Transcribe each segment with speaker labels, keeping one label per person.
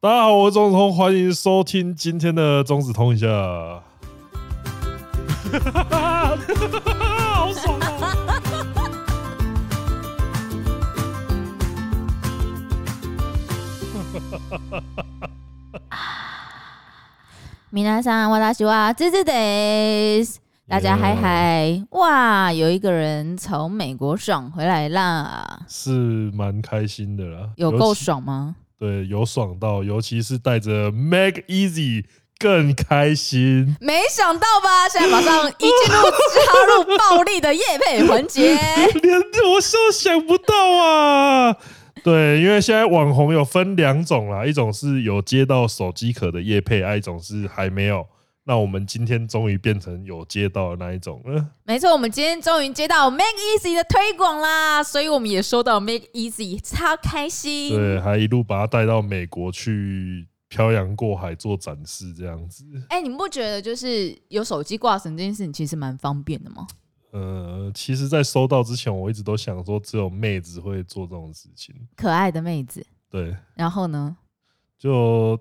Speaker 1: 大家好，我是钟子通，欢迎收听今天的钟子通一下。 好爽哦！
Speaker 2: 皆さん、私は芝芝です。大家嗨嗨！哇，有一个人从美国爽回来啦，
Speaker 1: 是蛮开心的啦，
Speaker 2: 有
Speaker 1: 尤
Speaker 2: 够
Speaker 1: 其
Speaker 2: 爽吗？
Speaker 1: 对，有爽到，尤其是带着 Make Easy 更开心。
Speaker 2: 没想到吧！现在马上一进入插入暴力的夜配环 节。
Speaker 1: 连我都想不到啊！对，因为现在网红有分两种啦，一种是有接到手机壳的叶配，啊，一种是还没有。那我们今天终于变成有接到的那一种了。
Speaker 2: 没错，我们今天终于接到 Make Easy 的推广啦，所以我们也收到 Make Easy，超开心。
Speaker 1: 对，还一路把它带到美国去漂洋过海做展示，这样子。
Speaker 2: 哎、你们不觉得就是有手机挂绳这件事情其实蛮方便的吗？
Speaker 1: 呃，其实，在收到之前，我一直都想说，只有妹子会做这种事情。
Speaker 2: 可爱的妹子，
Speaker 1: 对，
Speaker 2: 然后呢？
Speaker 1: 就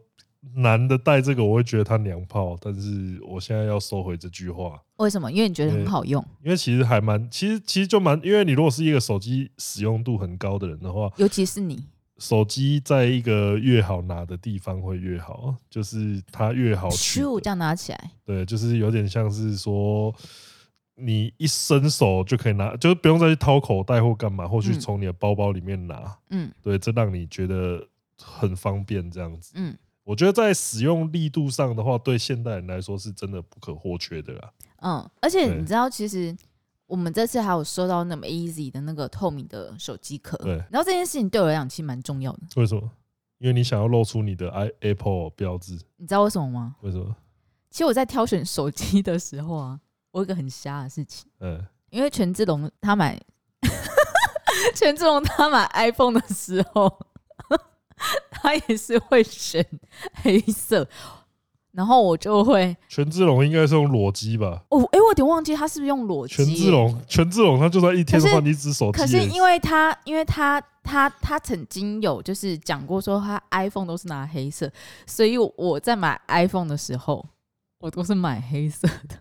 Speaker 1: 男的带这个，我会觉得他娘炮，但是我现在要收回这句话。
Speaker 2: 为什么？因为你觉得很
Speaker 1: 对
Speaker 2: 好用，
Speaker 1: 因为其实还蛮，其实其实就蛮，因为你如果是一个手机使用度很高的人的话，
Speaker 2: 尤其是你。
Speaker 1: 手机在一个越好拿的地方会越好，就是它越好取得
Speaker 2: 咻，这样拿起来，
Speaker 1: 对，就是有点像是说你一伸手就可以拿，就是不用再去掏口袋或干嘛，或去
Speaker 2: 嗯
Speaker 1: 从你的包包里面拿，
Speaker 2: 嗯
Speaker 1: 对，这让你觉得很方便这样子。
Speaker 2: 嗯，
Speaker 1: 我觉得在使用力度上的话，对现代人来说是真的不可或缺的啦。
Speaker 2: 嗯，而且
Speaker 1: 对
Speaker 2: 你知道，其实我们这次还有收到那么 easy 的那个透明的手机壳，
Speaker 1: 对
Speaker 2: 然后这件事情对我来讲其实蛮重要的，
Speaker 1: 为什么？因为你想要露出你的 i Apple 标志，
Speaker 2: 你知道为什么吗？
Speaker 1: 为什么？
Speaker 2: 其实我在挑选手机的时候啊，我有一个很瞎的事情，
Speaker 1: 嗯，
Speaker 2: 因为权志龙他买 权志龙他买 iPhone 的时候，他也是会选黑色，然后我就会，
Speaker 1: 权志龙应该是用裸机吧？
Speaker 2: 哦，诶，我有点忘记他是不是用裸机、
Speaker 1: 权志龙，权志龙，他就算一天
Speaker 2: 可是
Speaker 1: 换一只手机
Speaker 2: 可
Speaker 1: 也，
Speaker 2: 是因为他，因为他，他，他曾经有就是讲过说他 iPhone 都是拿黑色，所以我在买 iPhone 的时候，我都是买黑色的。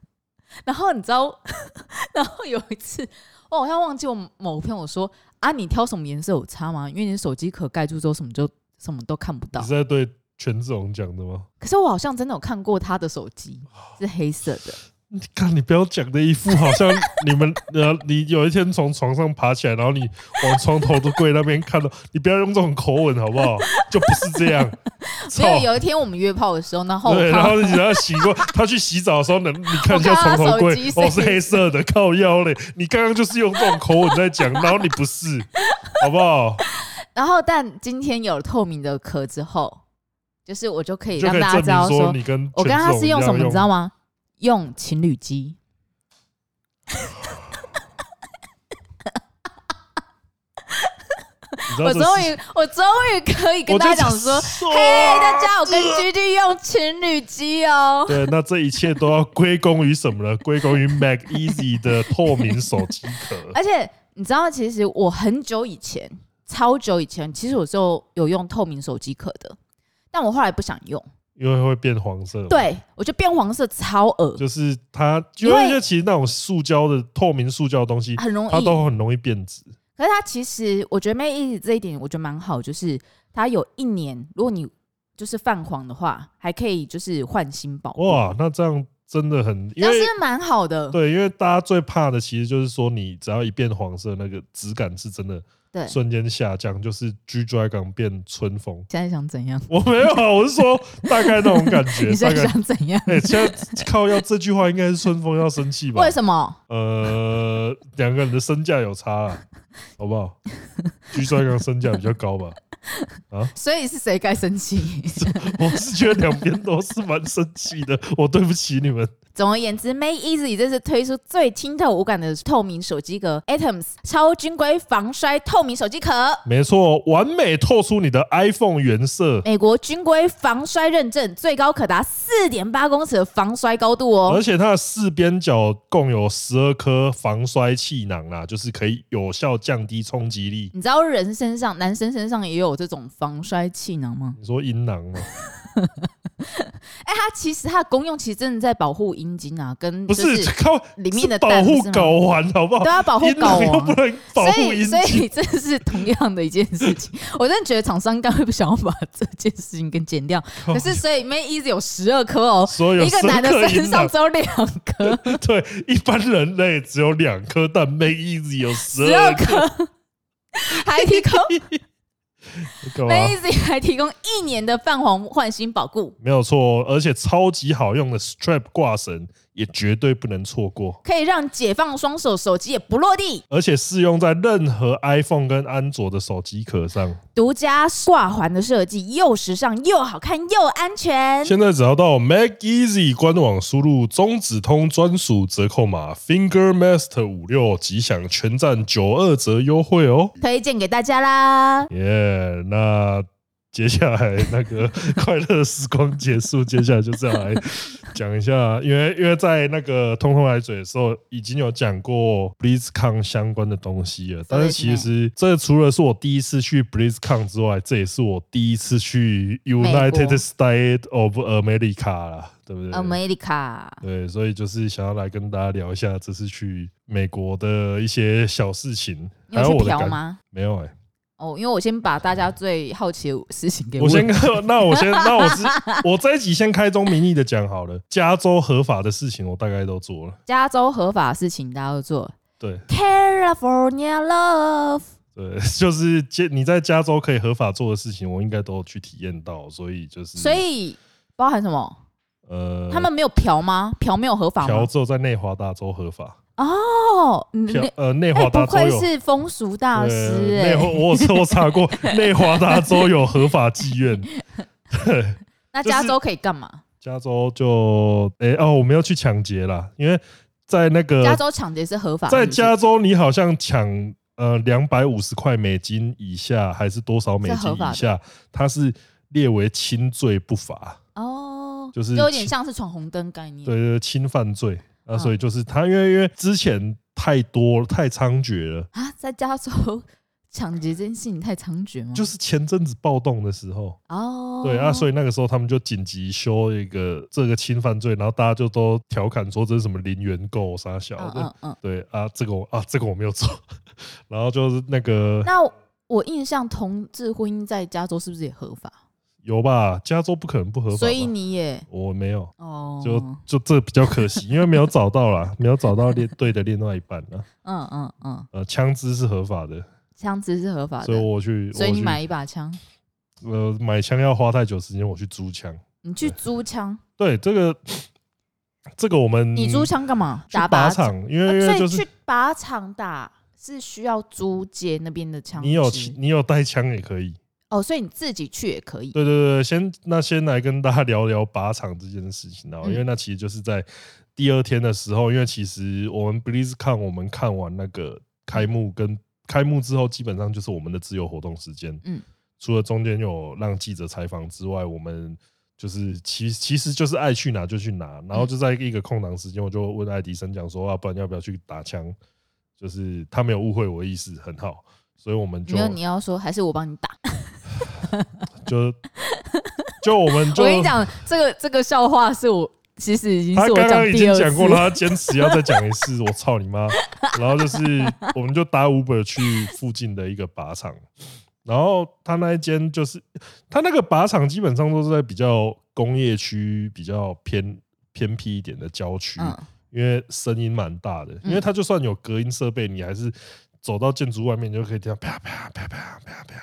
Speaker 2: 然后你知道， 然后有一次，我好像忘记我某朋友说啊，你挑什么颜色有差吗？因为你的手机壳盖住之后，什么就什么都看不
Speaker 1: 你
Speaker 2: 到
Speaker 1: 是。在对权志龙讲的吗？
Speaker 2: 可是我好像真的有看过他的手机是黑色 的，
Speaker 1: 你看，你不要讲的一副好像你们呃，你有一天从床上爬起来，然后你往床头的柜那边看到，你不要用这种口吻好不好？就不是这样，
Speaker 2: 没
Speaker 1: 操
Speaker 2: 有。有一天我们约炮的时候，然后我
Speaker 1: 对，
Speaker 2: 看
Speaker 1: 然
Speaker 2: 到
Speaker 1: 后你让他洗过，他去洗澡的时候，能你看一下
Speaker 2: 我看
Speaker 1: 床
Speaker 2: 到
Speaker 1: 头柜
Speaker 2: 手机，是
Speaker 1: 哦，是黑色的，靠腰嘞！你刚刚就是用这种口吻在讲，然后你不是，好不 好？
Speaker 2: 然后，但今天有了透明的壳之后，就是我就可以
Speaker 1: 就
Speaker 2: 让
Speaker 1: 可以
Speaker 2: 大家
Speaker 1: 证
Speaker 2: 知道
Speaker 1: 明
Speaker 2: 说，
Speaker 1: 你跟
Speaker 2: 我跟
Speaker 1: 权志
Speaker 2: 他
Speaker 1: 龙
Speaker 2: 是用
Speaker 1: 一
Speaker 2: 什
Speaker 1: 样
Speaker 2: 么，你知道吗？用情侣机。
Speaker 1: 你知道
Speaker 2: 我
Speaker 1: 这
Speaker 2: 终
Speaker 1: 是
Speaker 2: 于，我终于可以跟
Speaker 1: 我就
Speaker 2: 大家讲
Speaker 1: 想
Speaker 2: 说，
Speaker 1: 说
Speaker 2: 嘿，大家，我跟
Speaker 1: 啊
Speaker 2: G G 用情侣机 哦。
Speaker 1: 对，那这一切都要归功于什么 呢？归功于 Mac Easy 的透明手机壳。
Speaker 2: 而且你知道，其实我很久以前，超久以前，其实我就有用透明手机壳的，但我后来不想用，
Speaker 1: 因为会变黄色嘛。
Speaker 2: 对我就变黄色，超恶，
Speaker 1: 就是它，因
Speaker 2: 因为
Speaker 1: 为因为其实那种塑胶的透明塑胶的东西，
Speaker 2: 很容易。
Speaker 1: 它都很容易变质。
Speaker 2: 可是它其实，我觉得 Mate Easy 这一点，我觉得蛮好，就是它有一年，如果你就是泛黄的话，还可以就是换新保护，
Speaker 1: 哇，那这样真的很，
Speaker 2: 这
Speaker 1: 因
Speaker 2: 样
Speaker 1: 为
Speaker 2: 嗯是不是蛮好的。
Speaker 1: 对，因为大家最怕的其实就是说，你只要一变黄色，那个质感是真的
Speaker 2: 对，
Speaker 1: 瞬间下降，就是 G Dragon 变春风。
Speaker 2: 现在想怎样？
Speaker 1: 我没有啊，我是说大概那种感觉，
Speaker 2: 你
Speaker 1: 大
Speaker 2: 现在
Speaker 1: 概。
Speaker 2: 想怎样？
Speaker 1: 哎、现在靠要这句话应该是春风要生气吧？
Speaker 2: 为什么？
Speaker 1: 呃，两个人的身价有差啊， 好不好？居帅刚身价比较高 吧？
Speaker 2: 所以是谁该生气？
Speaker 1: 我是觉得两边都是蛮生气的，我对不起你们。
Speaker 2: 总而言之，Mate Easy 这次推出最清透无感的透明手机壳 Atoms 超军规防摔透明手机壳。
Speaker 1: 没错，完美透出你的 iPhone 原色，
Speaker 2: 美国军规防摔认证，最高可达四点八公尺的防摔高度哦
Speaker 1: 而。且它的四边角共有十二颗防啊摔气囊啦，就是可以有效降低冲击力。
Speaker 2: 你知道人身上，男生身上也有有这种防摔气囊吗？
Speaker 1: 你说阴囊 吗？
Speaker 2: 哎、它其实它的功用其实真的在保护阴茎啊，跟
Speaker 1: 不，
Speaker 2: 就是
Speaker 1: 靠
Speaker 2: 里面的
Speaker 1: 是保
Speaker 2: 蛋
Speaker 1: 护
Speaker 2: 是吗
Speaker 1: 睾丸，好不好
Speaker 2: 都？要保护
Speaker 1: 阴
Speaker 2: 睾
Speaker 1: 囊又
Speaker 2: 丸
Speaker 1: 不。能保护阴
Speaker 2: 所以，所
Speaker 1: 茎，
Speaker 2: 以这是同样的一件事情。我真的觉得厂商应该会不想要把这件事情给剪掉。可是，所以 May Easy 有十二颗哦，
Speaker 1: 所哦有
Speaker 2: 一个
Speaker 1: 深
Speaker 2: 男的
Speaker 1: 刻
Speaker 2: 身
Speaker 1: 阴
Speaker 2: 上
Speaker 1: 囊
Speaker 2: 只有两颗，
Speaker 1: 对一般人类只有两颗蛋，Make Easy 有十
Speaker 2: 十二
Speaker 1: 二
Speaker 2: 颗，还提供
Speaker 1: 干嘛？
Speaker 2: May Easy 还提供一年的泛黄换新保固，
Speaker 1: 没有错，哦而且超级好用的 strap 挂绳也绝对不能错过，
Speaker 2: 可以让解放双手，手机也不落地，
Speaker 1: 而且适用在任何 iPhone 跟安卓的手机壳上。
Speaker 2: 独家挂环的设计，又时尚又好看又安全。
Speaker 1: 现在只要到 Make Easy 官网输入中指通专属折扣码 Finger Master 五六，即享全站九二折优惠哦！
Speaker 2: 推荐给大家啦！
Speaker 1: 耶、那接下来那个 快乐时光结束，接下来就是要来讲一下，因为因为在那个通通来嘴的时候，已经有讲过 BlizzCon 相关的东西了。但是其实这除了是我第一次去 BlizzCon 之外，这也是我第一次去
Speaker 2: 美国
Speaker 1: United States of America 啦，对不
Speaker 2: 呃
Speaker 1: 对？
Speaker 2: America，
Speaker 1: 对，所以就是想要来跟大家聊一下这次去美国的一些小事情，
Speaker 2: 你
Speaker 1: 还
Speaker 2: 有
Speaker 1: 有
Speaker 2: 去
Speaker 1: 我的
Speaker 2: 嫖
Speaker 1: 感
Speaker 2: 吗？
Speaker 1: 没有哎、
Speaker 2: 哦，因为我先把大家最好奇的事情给
Speaker 1: 我
Speaker 2: 问
Speaker 1: 先， 那我先，那 我是我这一集先开宗明义的讲好了，加州合法的事情我大概都做了，
Speaker 2: 加州合法的事情大家都做
Speaker 1: 对
Speaker 2: ，California love，
Speaker 1: 对， 就是接你在加州可以合法做的事情，我应该都有去体验到，所以就是，
Speaker 2: 所以包含什么？
Speaker 1: 呃，
Speaker 2: 他们没有嫖吗？嫖没有合法
Speaker 1: 调
Speaker 2: 吗？
Speaker 1: 只有在内华达州合法，
Speaker 2: 哦，你
Speaker 1: 调
Speaker 2: 你
Speaker 1: 呃内
Speaker 2: 哎、
Speaker 1: 华达州
Speaker 2: 不愧
Speaker 1: 有。
Speaker 2: 是风俗大
Speaker 1: 呃
Speaker 2: 师哎、
Speaker 1: 内华我我查 过，内华达州有合法妓院，
Speaker 2: 那
Speaker 1: 就是
Speaker 2: 加州可以干嘛？
Speaker 1: 加州就哎、哦，我们要去抢劫啦，因为在那个
Speaker 2: 加州抢劫是合法的，
Speaker 1: 呃在
Speaker 2: 是不是
Speaker 1: 加州，你好像抢呃两百五十块美金以下，还是多少美
Speaker 2: 是
Speaker 1: 金
Speaker 2: 合法的
Speaker 1: 以下，它是列为轻罪不罚，
Speaker 2: 哦，
Speaker 1: 就是
Speaker 2: 就有点像是闯红灯概念。
Speaker 1: 对对对，侵犯罪。那
Speaker 2: 嗯
Speaker 1: 所以就是他，因为因为之前太多太猖獗了，
Speaker 2: 啊，在加州抢劫这件事情太猖獗吗？
Speaker 1: 就是前阵子暴动的时候，
Speaker 2: 哦，
Speaker 1: 对啊，所
Speaker 2: 以
Speaker 1: 以那个时候他们就紧急修一个这个侵犯罪，然后大家就都调侃说这是什么零元购啥小
Speaker 2: 嗯
Speaker 1: 的，
Speaker 2: 嗯嗯。
Speaker 1: 对啊，这个我啊这个我没有做， 然后就是那个
Speaker 2: 那我印象同志婚姻在加州是不是也合法？
Speaker 1: 有吧，加州不可能不合法吧，
Speaker 2: 所以你也
Speaker 1: 我没有，
Speaker 2: 哦，
Speaker 1: 就就这比较可惜，因为没有找到啦， 没有找到恋对的另外一半啦。
Speaker 2: 嗯嗯嗯，
Speaker 1: 呃，枪支是合法的，
Speaker 2: 枪支是合法的
Speaker 1: 所以，我去，
Speaker 2: 所以
Speaker 1: 我
Speaker 2: 你
Speaker 1: 去
Speaker 2: 买一把枪，
Speaker 1: 呃买枪要花太久时间，我去租枪。
Speaker 2: 你去租枪，
Speaker 1: 对，这个这个我们
Speaker 2: 你租枪干
Speaker 1: 嗯
Speaker 2: 嘛？
Speaker 1: 去
Speaker 2: 打
Speaker 1: 靶
Speaker 2: 靶，
Speaker 1: 场，因为因
Speaker 2: 呃所
Speaker 1: 为就
Speaker 2: 以
Speaker 1: 是
Speaker 2: 去靶场打是需要租借那边的枪支，
Speaker 1: 你有你有带枪也可以。
Speaker 2: 哦，所以你自己去也可以。
Speaker 1: 对对对，先那先来跟大家聊聊靶场这件事情啊，
Speaker 2: 嗯
Speaker 1: 因为那其实就是在第二天的时候，因为其实我们 BlizzCon 我们看完那个开幕跟开幕之后，基本上就是我们的自由活动时间。
Speaker 2: 嗯，
Speaker 1: 除了中间有让记者采访之外，我们就是其其实就是爱去哪就去哪，
Speaker 2: 嗯
Speaker 1: 然后就在一个空档时间，我就问爱迪生讲说啊，不然要不要去打枪？就是他没有误会我的意思，很好，所以我们就
Speaker 2: 没有，你要说还是我帮你打。
Speaker 1: 就就我们就
Speaker 2: 我跟你讲，这个这个笑话是我其实已经
Speaker 1: 他
Speaker 2: 是我
Speaker 1: 刚
Speaker 2: 讲
Speaker 1: 刚已
Speaker 2: 第
Speaker 1: 经
Speaker 2: 二
Speaker 1: 讲
Speaker 2: 次
Speaker 1: 过 了，他坚持要再讲一次，我操你妈！然后就是我们就搭 Uber 去附近的一个靶场，然后他那一间就是他那个靶场基本上都是在比较工业区、比较偏偏僻一点的郊区，
Speaker 2: 嗯，
Speaker 1: 因为声音蛮大的，因为它就算有隔音设备，你还是走到建筑外面你就可以听到啪啪啪啪啪啪，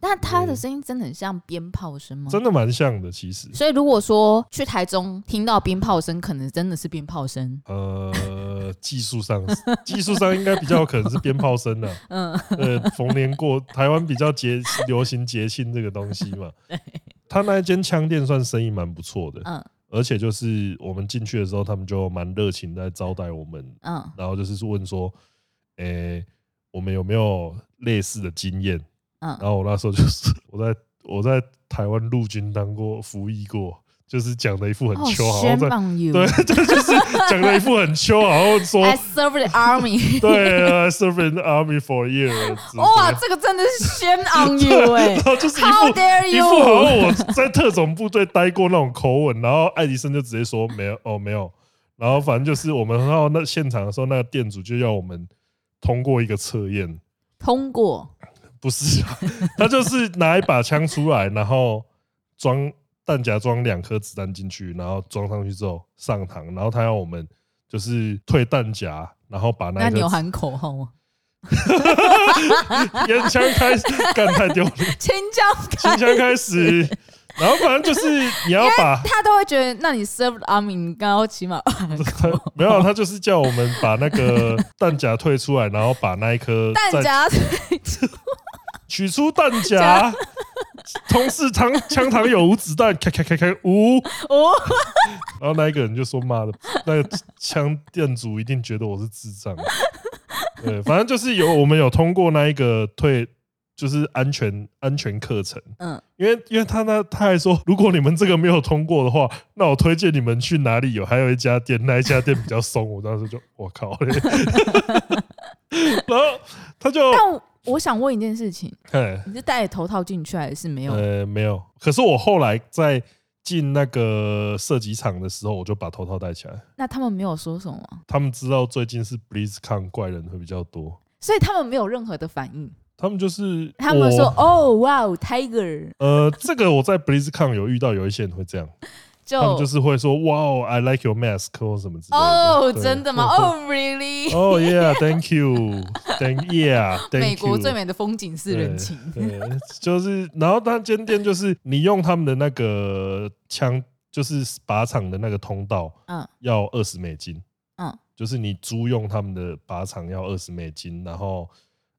Speaker 2: 但他的声音真的很像鞭炮声吗？
Speaker 1: 真的蛮像的，其实。
Speaker 2: 所以如果说去台中听到鞭炮声，可能真的是鞭炮声。
Speaker 1: 呃，技术上， 技术上应该比较有可能是鞭炮声了。
Speaker 2: 嗯，
Speaker 1: 呃，逢年过台湾比较节流行节庆这个东西 嘛。他那一间枪店算生意蛮不错的，
Speaker 2: 嗯
Speaker 1: 而且就是我们进去的时候，他们就蛮热情在招待我们，
Speaker 2: 嗯，
Speaker 1: 然后就是问说，诶、我们有没有类似的经验？
Speaker 2: 嗯
Speaker 1: 然后我那时候就是我在我在台湾陆军当过服役过，就是讲的一副很
Speaker 2: 哦
Speaker 1: 秋，好像在
Speaker 2: ，shame on you！
Speaker 1: 对，这就是讲的一副很秋，好像说
Speaker 2: i serve the army。
Speaker 1: 对啊，serving the army for a year，之类的
Speaker 2: 哇，这个真的是 shame on you 哎、
Speaker 1: 然后啊就是一
Speaker 2: How
Speaker 1: 副
Speaker 2: dare
Speaker 1: 一副好
Speaker 2: you！
Speaker 1: 像我在特种部队待过那种口吻，然后爱迪生就直接说没有哦没有，然后反正就是我们到那现场的时候，那个店主就要我们通过一个测验，
Speaker 2: 通过
Speaker 1: 不是啊， 他就是拿一把枪出来，然后装弹夹装两颗子弹进去，然后装上去之后上膛，然后他要我们就是退弹夹，然后把那
Speaker 2: 那
Speaker 1: 一颗
Speaker 2: 你有喊口号 吗？
Speaker 1: 烟枪开始，干太丢脸，
Speaker 2: 请教
Speaker 1: 新枪开始，然后反正就是你要 把。
Speaker 2: 他都会觉得，那你 serve the army，你刚刚起 码
Speaker 1: 没有，啊他就是叫我们把那个弹夹退出来，然后把那一颗
Speaker 2: 弹
Speaker 1: 再
Speaker 2: 夹
Speaker 1: 取出弹夹，同时膛枪膛有无子弹，开开开开无，
Speaker 2: 哦，
Speaker 1: 然后那一个人就说：“妈的，那个枪店主一定觉得我是智障。”啊 对，反正就是有我们有通过那一个退，就是安全安全课程。
Speaker 2: 嗯，
Speaker 1: 因为因为他呢，他还说，如果你们这个没有通过的话，那我推荐你们去哪里有，还有一家店，那一家店比较松。我当时就我靠 嘞，然后他就
Speaker 2: 但我我想问一件事情，
Speaker 1: 哎
Speaker 2: 你是戴头套进去还是没有？
Speaker 1: 呃没有，可是我后来在进那个射击场的时候，我就把头套戴起来。
Speaker 2: 那他们没有说什么吗，
Speaker 1: 他们知道最近是 BlizzCon 怪人会比较多，
Speaker 2: 所以他们没有任何的反应。
Speaker 1: 他们就是
Speaker 2: 他们
Speaker 1: 我
Speaker 2: 说：“哦，哇哦，Tiger！”
Speaker 1: 呃，这个我在 BlizzCon 有遇到有一些人会这样，
Speaker 2: 就
Speaker 1: 他们就是会说哇哦，I like your mask 或什么之类的。
Speaker 2: 哦，
Speaker 1: 对
Speaker 2: 真的吗？
Speaker 1: 或者
Speaker 2: 哦，Really？
Speaker 1: 哦、y e a h t h a n k you，Thank yeah，Thank you。
Speaker 2: 美国最美的风景是人情。
Speaker 1: 对，就是，然后他间店就是你用他们的那个枪，就是靶场的那个通道，
Speaker 2: 嗯
Speaker 1: 要二十美金，
Speaker 2: 嗯，
Speaker 1: 就是你租用他们的靶场要二十美金，然后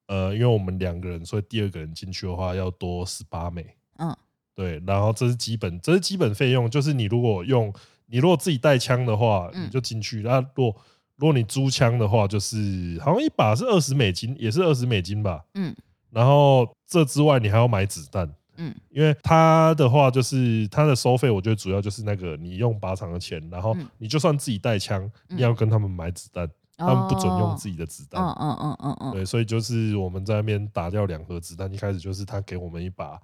Speaker 1: 呃，因为我们两个人，所以第二个人进去的话要多十八美，
Speaker 2: 嗯，
Speaker 1: 对，然后这是基本，这是基本费用，就是你如果用你如果自己带枪的话，
Speaker 2: 嗯
Speaker 1: 你就进去；那如果如果你租枪的话，就是好像一把是二十美金，也是二十美金吧。
Speaker 2: 嗯
Speaker 1: 然后这之外，你还要买子弹，
Speaker 2: 嗯
Speaker 1: 因为它的话就是它的收费，我觉得主要就是那个你用靶场的钱，然后
Speaker 2: 嗯
Speaker 1: 你就算自己带枪，
Speaker 2: 嗯哦
Speaker 1: 你要跟他们买子弹，他们不准用自己的子
Speaker 2: 嗯
Speaker 1: 弹。
Speaker 2: 嗯嗯嗯嗯，
Speaker 1: 对，所以就是我们在那边打掉两盒子弹，一开始就是他给我们一把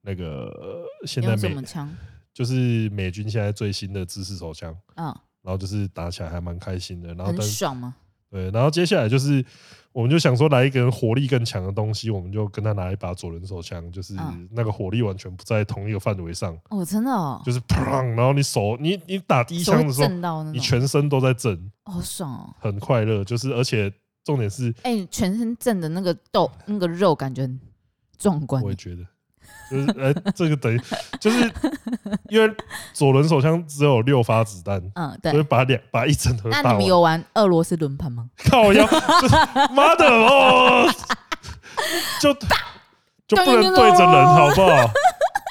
Speaker 1: 那个呃现在
Speaker 2: 用什
Speaker 1: 美
Speaker 2: 么枪？
Speaker 1: 就是美军现在最新的自式手枪，
Speaker 2: 嗯，
Speaker 1: 然后就是打起来还蛮开心的。然后
Speaker 2: 很
Speaker 1: 但是
Speaker 2: 爽吗？
Speaker 1: 对，然后接下来就是我们就想说来一个人火力更强的东西，我们就跟他拿一把左轮手枪，就是
Speaker 2: 嗯
Speaker 1: 那个火力完全不在同一个范围上，
Speaker 2: 哦，真的哦，
Speaker 1: 就是砰，然后你手你你打第一
Speaker 2: 手会
Speaker 1: 枪的时候，
Speaker 2: 震到那
Speaker 1: 你
Speaker 2: 种，
Speaker 1: 全身都在震，
Speaker 2: 哦好爽哦！
Speaker 1: 很快乐，就是而且重点是
Speaker 2: 哎，你全身震的那个痘，那个肉感觉很壮观
Speaker 1: 我。也觉得。就是呃，这个等于就是因为左轮手枪只有六发子弹，
Speaker 2: 嗯，
Speaker 1: 所以
Speaker 2: 对。
Speaker 1: 把两把一整盒
Speaker 2: 那
Speaker 1: 打
Speaker 2: 你
Speaker 1: 完
Speaker 2: 们。有玩俄罗斯轮盘吗？
Speaker 1: 靠腰，就是妈的哦，就就不能对着人，好不好？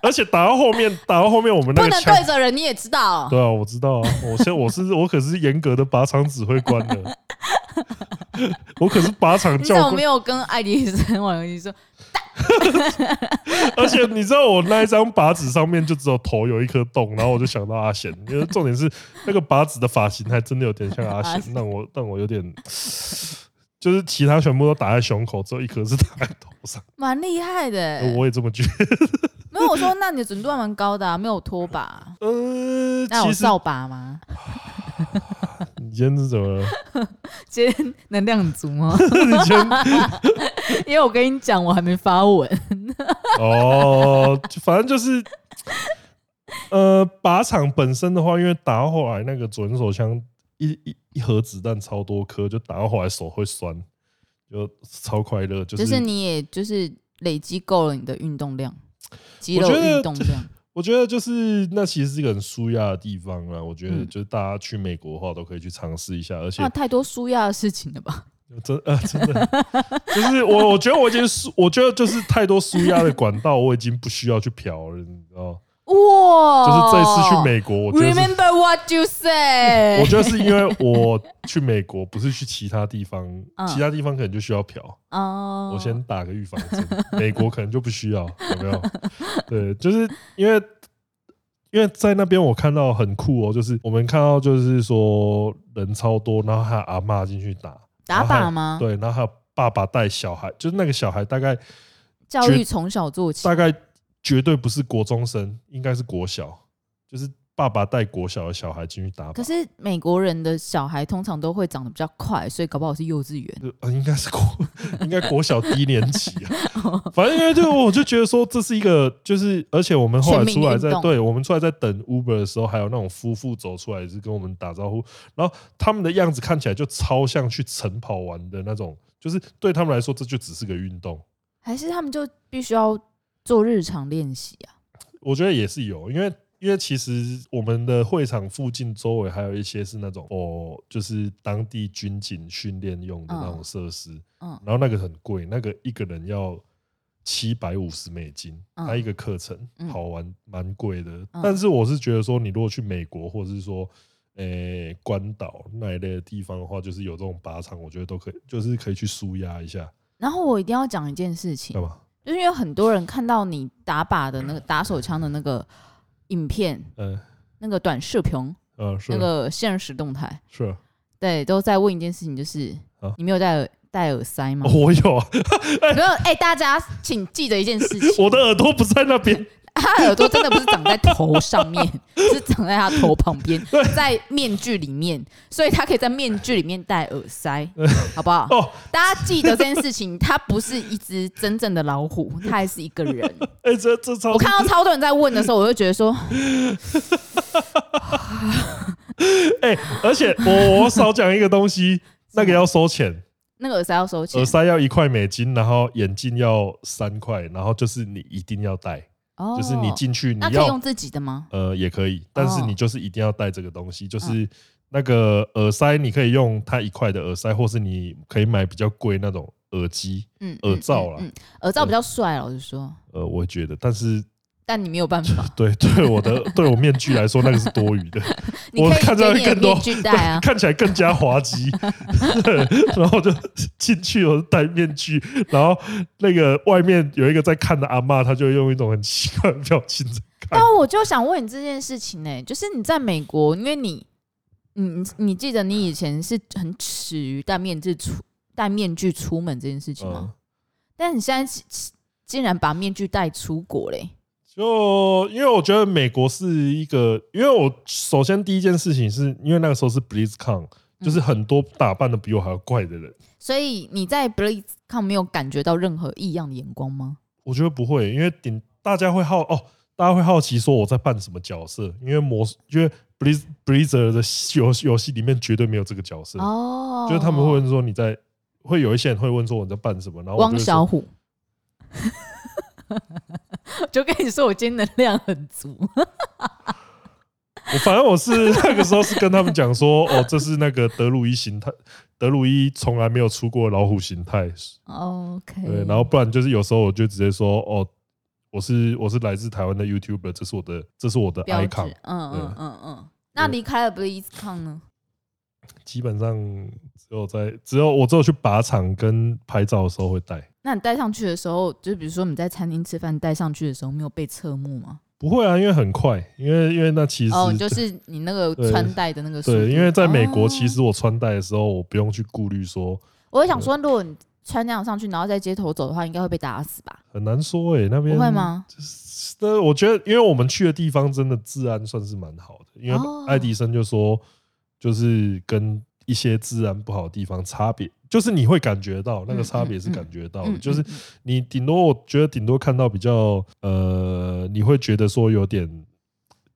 Speaker 1: 而且打到后 面，打到后面我们那
Speaker 2: 不
Speaker 1: 个
Speaker 2: 能
Speaker 1: 枪
Speaker 2: 对，着人，你也知道。
Speaker 1: 对啊，我知道啊，我现在我是我可是严格的靶场指挥官的， 我可是靶场
Speaker 2: 你怎
Speaker 1: 教
Speaker 2: 么
Speaker 1: 官
Speaker 2: 没，有跟爱迪生玩游戏说？
Speaker 1: 而且你知道我那一张靶纸上面就只有头有一颗洞，然后我就想到阿贤，因为重点是那个靶纸的发型还真的有点像阿
Speaker 2: 阿
Speaker 1: 贤，
Speaker 2: 贤
Speaker 1: 让我让我有点，就是其他全部都打在胸口，只有一颗是打在头上，
Speaker 2: 蛮厉害的欸。
Speaker 1: 我也这 么觉得。
Speaker 2: 没有，我说那你准度还蛮高的啊，没有拖把，
Speaker 1: 呃，
Speaker 2: 那有
Speaker 1: 其实
Speaker 2: 扫把吗？
Speaker 1: 你今天是怎么了？
Speaker 2: 今天能量很足吗？
Speaker 1: 你今天
Speaker 2: 因为我跟你讲，我还没发文。
Speaker 1: 哦，就反正就是，呃，靶场本身的话，因为打到后来那个左轮手枪一一一盒子弹超多颗，就打到后来手会酸，就超快乐，就。
Speaker 2: 就是是你也就是累积够了你的运动量，肌
Speaker 1: 我
Speaker 2: 肉
Speaker 1: 觉得
Speaker 2: 运动量。
Speaker 1: 我觉得就是那其实是一个很舒压的地方啦。我觉得
Speaker 2: 嗯哦
Speaker 1: 就是大家去美国的话都可以去尝试一下，而且
Speaker 2: 那太多舒压的事情了吧？
Speaker 1: 真呃真的 就是我我觉得我已经舒，我觉得就是太多舒压的管道，我已经不需要去嫖了，你知道吗。
Speaker 2: 哇！
Speaker 1: 就是这一次去美国，我觉得是，
Speaker 2: 哦 Remember what you say。
Speaker 1: 我觉得是因为我去美国，不是去其他地方，
Speaker 2: 嗯
Speaker 1: 其他地方可能就需要嫖。
Speaker 2: 哦，
Speaker 1: 我先打个预防针，美国可能就不需要，有没有？对，就是因为因为在那边我看到很酷哦，就是我们看到就是说人超多，然后还有阿嬷进去打，
Speaker 2: 打靶吗？
Speaker 1: 对，然后还有爸爸带小孩，就是那个小孩大概
Speaker 2: 教育从小做起
Speaker 1: 大，概绝对不是国中生，应该是国小，就是爸爸带国小的小孩进去打靶
Speaker 2: 可，是美国人的小孩通常都会长得比较快，所以搞不好是幼稚园。
Speaker 1: 就呃应该是国 应该国小低年级 啊，反正因为就我就觉得说这是一个就是，而且我们后来出来
Speaker 2: 全民
Speaker 1: 在
Speaker 2: 运动
Speaker 1: 对我们出来在等 Uber 的时候，还有那种夫妇走出来也是跟我们打招呼，然后他们的样子看起来就超像去晨跑完的那种，就是对他们来说这就只是个运动。
Speaker 2: 还是他们就必须要做日常练习啊？
Speaker 1: 我觉得也是有，因为因为其实我们的会场附近周围还有一些是那种哦，就是当地军警训练用的那种设施，
Speaker 2: 嗯
Speaker 1: 然后那个很贵，那个一个人要七百五十美金，
Speaker 2: 嗯
Speaker 1: 它一个课程
Speaker 2: 嗯
Speaker 1: 好玩蛮贵的，
Speaker 2: 嗯
Speaker 1: 但是我是觉得说，你如果去美国或者是说。诶、关岛那一类的地方的话，就是有这种靶场，我觉得都可以，就是可以去舒压一下，
Speaker 2: 然后我一定要讲一件事情
Speaker 1: 干，嘛？
Speaker 2: 嗯就是因为很多人看到你打靶的那个打手枪的那个影片、
Speaker 1: 嗯
Speaker 2: 那个短视频、
Speaker 1: 呃，是
Speaker 2: 那个现实动态，
Speaker 1: 是、哦
Speaker 2: 对，都在问一件事情，就是、
Speaker 1: 啊
Speaker 2: 你没有戴耳戴耳塞吗？
Speaker 1: 我有啊，
Speaker 2: 没有，哎、大家请记得一件事情，
Speaker 1: 我的耳朵不在那边，
Speaker 2: 他耳朵真的不是长在头上 面，是长在他头旁边
Speaker 1: 对，
Speaker 2: 在面具里面，所以他可以在面具里面戴耳 塞，好不好？
Speaker 1: 哦，
Speaker 2: 大家记得这件事情，他不是一只真正的 老虎，他还是一个人。
Speaker 1: 哎、这这超
Speaker 2: 我看到超多人在问的时候，我就觉得说，
Speaker 1: 哎、而且我我少讲一个东西，那个要收钱，
Speaker 2: 那个耳塞要收钱
Speaker 1: 耳塞要一块美金，然后眼镜要三块，然后就是你一定要戴，
Speaker 2: 哦
Speaker 1: 呃就是你进去你
Speaker 2: 那可以
Speaker 1: 要
Speaker 2: 用自己的吗？
Speaker 1: 呃也可以，但是
Speaker 2: 哦嗯
Speaker 1: 你就是一定要戴这个东西，就是那个耳塞你可以用它一块的耳塞，或是你可以买比较贵那种耳机，
Speaker 2: 嗯，
Speaker 1: 耳
Speaker 2: 嗯
Speaker 1: 罩啦
Speaker 2: 嗯，嗯耳罩比较帅，老实说，
Speaker 1: 呃，我觉得，但是
Speaker 2: 但你没有 办法，
Speaker 1: 对对我的对我面具来说那个是多余的，
Speaker 2: 你可以
Speaker 1: 看到
Speaker 2: 给你的
Speaker 1: 更多。
Speaker 2: 面具戴啊
Speaker 1: 看起来更加滑稽。 对然后我就进去，我就戴面具，然后那个外面有一个在看的阿嬷，她就用一种很奇怪的表情在看
Speaker 2: 但。我就想问你这件事情呢、欸就是你在美国，因为你，你你你记得你以前是很耻于戴面具出戴面具出门这件事情
Speaker 1: 嗯
Speaker 2: 吗？，但你现在其其竟然把面具带出国嘞、
Speaker 1: 就因为我觉得美国是一个，因为我首先第一件事情是因为那个时候是 BlizzCon，就是很多打扮的比我还要怪的人。
Speaker 2: 所以你在 BlizzCon 没有感觉到任何异样的眼光吗？
Speaker 1: 我觉得不会，因为顶大家会好哦，大家会好奇说我在扮什么角色，因为魔，因为 Blizz Blizzard 的游游戏里面绝对没有这个角色
Speaker 2: 哦，
Speaker 1: 就是他们会问说你在，会有一些人会问说我在办什么，然后我就
Speaker 2: 汪
Speaker 1: 会说
Speaker 2: 小虎。 就跟你说，我今天能量很足。
Speaker 1: 我反正我是 那个时候是跟他们讲说，哦，这是那个德鲁伊形态，德鲁伊从来没有出过老虎形态，
Speaker 2: OK，
Speaker 1: 对，然后不然就是有时候我就直接说，哦，我是我是来自台湾的 YouTuber，这是我的这是我的
Speaker 2: 标志，
Speaker 1: icon，
Speaker 2: 嗯
Speaker 1: 对
Speaker 2: 嗯嗯嗯。那离开了 BlizzCon 呢？
Speaker 1: 基本上只有在只有我只有去靶场跟拍照的时候会戴，
Speaker 2: 那你戴上去的时候，就比如说你在餐厅吃饭戴上去的时候，没有被侧目吗？
Speaker 1: 不会啊，因为很快，因为因为那其实
Speaker 2: 哦，就是你那个
Speaker 1: 对
Speaker 2: 穿戴的那个速度。
Speaker 1: 对，因为在美国
Speaker 2: 哦
Speaker 1: 其实我穿戴的时候，我不用去顾虑说。
Speaker 2: 我会想说，如果你穿那样上去，然后在街头走的话，应该会被打死吧？
Speaker 1: 很难说欸诶、那边
Speaker 2: 不会？吗？
Speaker 1: 就是但我觉得，因为我们去的地方真的治安算是蛮好的，因
Speaker 2: 哦
Speaker 1: 为爱迪生就说，就是跟一些治安不好的地方差别，就是你会感觉到那个差别是感觉到的，
Speaker 2: 嗯，
Speaker 1: 哦就是
Speaker 2: 嗯嗯
Speaker 1: 你顶多我觉得顶多看到比较呃，你会觉得说有点。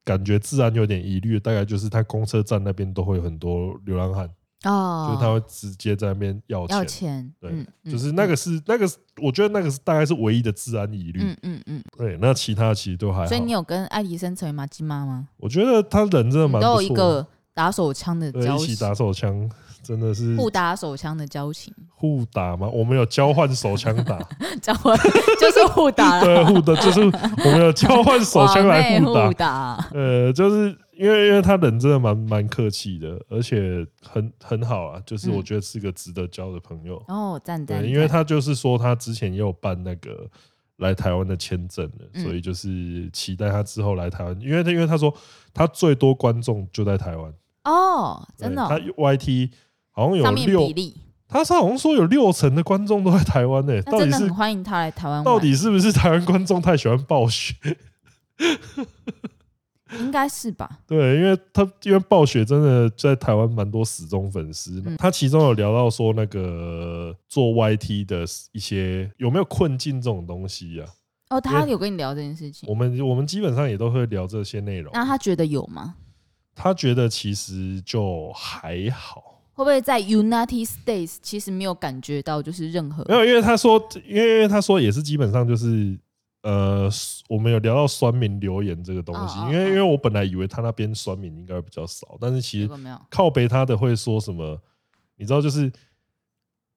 Speaker 1: 感觉治安有点疑虑，大概就是他公车站那边都会有很多流浪汉，
Speaker 2: 哦，
Speaker 1: 就是他会直接在那边要钱，
Speaker 2: 要钱，
Speaker 1: 对
Speaker 2: 嗯，嗯
Speaker 1: 就是那个是那个是，我觉得那个是大概是唯一的治安疑虑。
Speaker 2: 嗯嗯嗯。
Speaker 1: 对，那其他其实都还好。
Speaker 2: 所以你有跟爱迪生成为马吉妈吗？
Speaker 1: 我觉得他人真的
Speaker 2: 你
Speaker 1: 蛮
Speaker 2: 都
Speaker 1: 不
Speaker 2: 有一
Speaker 1: 错的，
Speaker 2: 个打手枪的
Speaker 1: 对，
Speaker 2: 交
Speaker 1: 一起
Speaker 2: 情，
Speaker 1: 打手枪，真的是
Speaker 2: 互打手枪的交情，
Speaker 1: 互打嘛。我们有交换手枪打，
Speaker 2: 交就是互 打啦
Speaker 1: 对，互的就是我们有交换手枪 来互
Speaker 2: 哇
Speaker 1: 打
Speaker 2: 妹互。打，
Speaker 1: 呃，就是因为因为他人真的蛮蛮客气的，而且很很好啊，就是我
Speaker 2: 嗯
Speaker 1: 觉得是个值得交的朋友。
Speaker 2: 哦，赞赞，
Speaker 1: 对，因为
Speaker 2: 赞
Speaker 1: 他就是说他之前也有办那个来台湾的签证了，
Speaker 2: 嗯
Speaker 1: 所以就是期待他之后来台湾，因为他因为他说他最多观众就在台湾，
Speaker 2: 哦，真的哦、
Speaker 1: 对他 YT 好像有
Speaker 2: 上面比
Speaker 1: 六，
Speaker 2: 例，
Speaker 1: 他好像说有六成的观众都在台湾呢，
Speaker 2: 那
Speaker 1: 到
Speaker 2: 真
Speaker 1: 底
Speaker 2: 的
Speaker 1: 是
Speaker 2: 很欸欢迎他来台湾玩。
Speaker 1: 到底是不是台湾观众太喜欢暴雪？
Speaker 2: 应该是吧？
Speaker 1: 对，因为他因为暴雪真的在台湾蛮多死忠粉丝，
Speaker 2: 嗯
Speaker 1: 他其中有聊到说那个做 YT 的一些有没有困境这种东西啊，
Speaker 2: 哦，
Speaker 1: 因
Speaker 2: 他
Speaker 1: 为
Speaker 2: 有跟你聊这件事情
Speaker 1: 我，们我们基本上也都会聊这些内容。
Speaker 2: 那他觉得有吗？
Speaker 1: 他觉得其实就还好，
Speaker 2: 会不会在 United States 其实没有感觉到就是任何
Speaker 1: 没有，因为他说，因为因为他说也是基本上就是。呃，我们有聊到酸民留言这个东西，
Speaker 2: 哦哦
Speaker 1: 因为
Speaker 2: 哦
Speaker 1: 因为我本来以为他那边酸民应该会比较少，但是其
Speaker 2: 结
Speaker 1: 实
Speaker 2: 果没有？
Speaker 1: 靠北他的会说什么？你知道，就是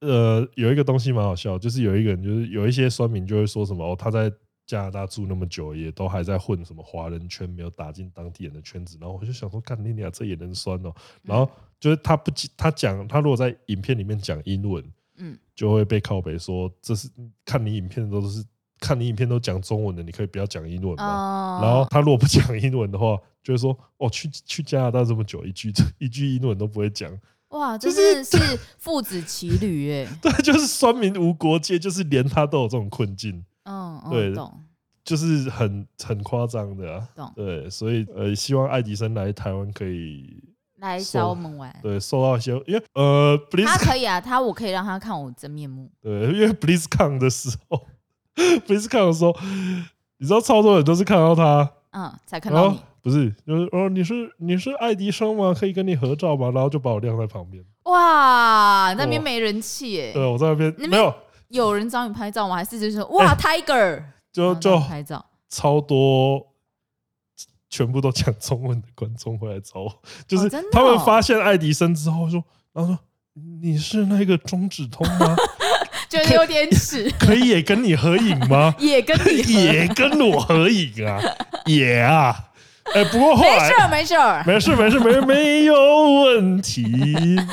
Speaker 1: 呃，有一个东西蛮好笑，就是有一个人，就是有一些酸民就会说什么哦，他在加拿大住那么久，也都还在混什么华人圈，没有打进当地人的圈子。然后我就想说，干你俩这也能酸哦。然后就是他不记他讲，他如果在影片里面讲英文，
Speaker 2: 嗯，
Speaker 1: 就会被靠北说这是看你影片都是看你影片都讲中文的，你可以不要讲英文吗？
Speaker 2: 哦，
Speaker 1: 然后他如果不讲英文的话，就会说：“哦，去去加拿大这么久，一句一句英文都不会讲。
Speaker 2: 哇，
Speaker 1: 就
Speaker 2: 真
Speaker 1: 是
Speaker 2: 的是父子骑驴哎、”
Speaker 1: 对，就是酸民无国界，就是连他都有这种困境，
Speaker 2: 嗯，嗯
Speaker 1: 对
Speaker 2: 懂
Speaker 1: 就是很很夸张的啊
Speaker 2: 懂。
Speaker 1: 对，所以呃，希望爱迪生来台湾可以
Speaker 2: 来
Speaker 1: 受
Speaker 2: 找我们玩，
Speaker 1: 对受到一些，因为呃
Speaker 2: 他
Speaker 1: ，Blizzcon
Speaker 2: 可以啊，他我可以让他看我真面目，
Speaker 1: 对，因为 Blizzcon 的时候 ，Blizzcon 的时候，你知道超多人都是看到他，
Speaker 2: 嗯，才看
Speaker 1: 然
Speaker 2: 到
Speaker 1: 后
Speaker 2: 你。
Speaker 1: 不是就是哦，你是你是爱迪生吗？可以跟你合照吗？然后就把我晾在旁边。
Speaker 2: 哇，那边
Speaker 1: 我
Speaker 2: 没人气
Speaker 1: 哦
Speaker 2: 哎、
Speaker 1: 对，哦我在那边
Speaker 2: 那边
Speaker 1: 没有。
Speaker 2: 有人找你拍照吗？还是就是说哇、Tiger
Speaker 1: 哎就
Speaker 2: 然后
Speaker 1: 就
Speaker 2: 找你拍照？
Speaker 1: 超多，全部都讲中文的观众会来找我，就是
Speaker 2: 真的哦
Speaker 1: 他们发现爱迪生之后说，然后说你是那个中指通 吗？
Speaker 2: 觉得有点耻，？
Speaker 1: 可以也跟你合影吗
Speaker 2: 也跟 你合
Speaker 1: 也跟我合影啊，也啊，哎，不过后
Speaker 2: 没
Speaker 1: 来
Speaker 2: 事。儿没事儿，
Speaker 1: 没事没事没事没有问题，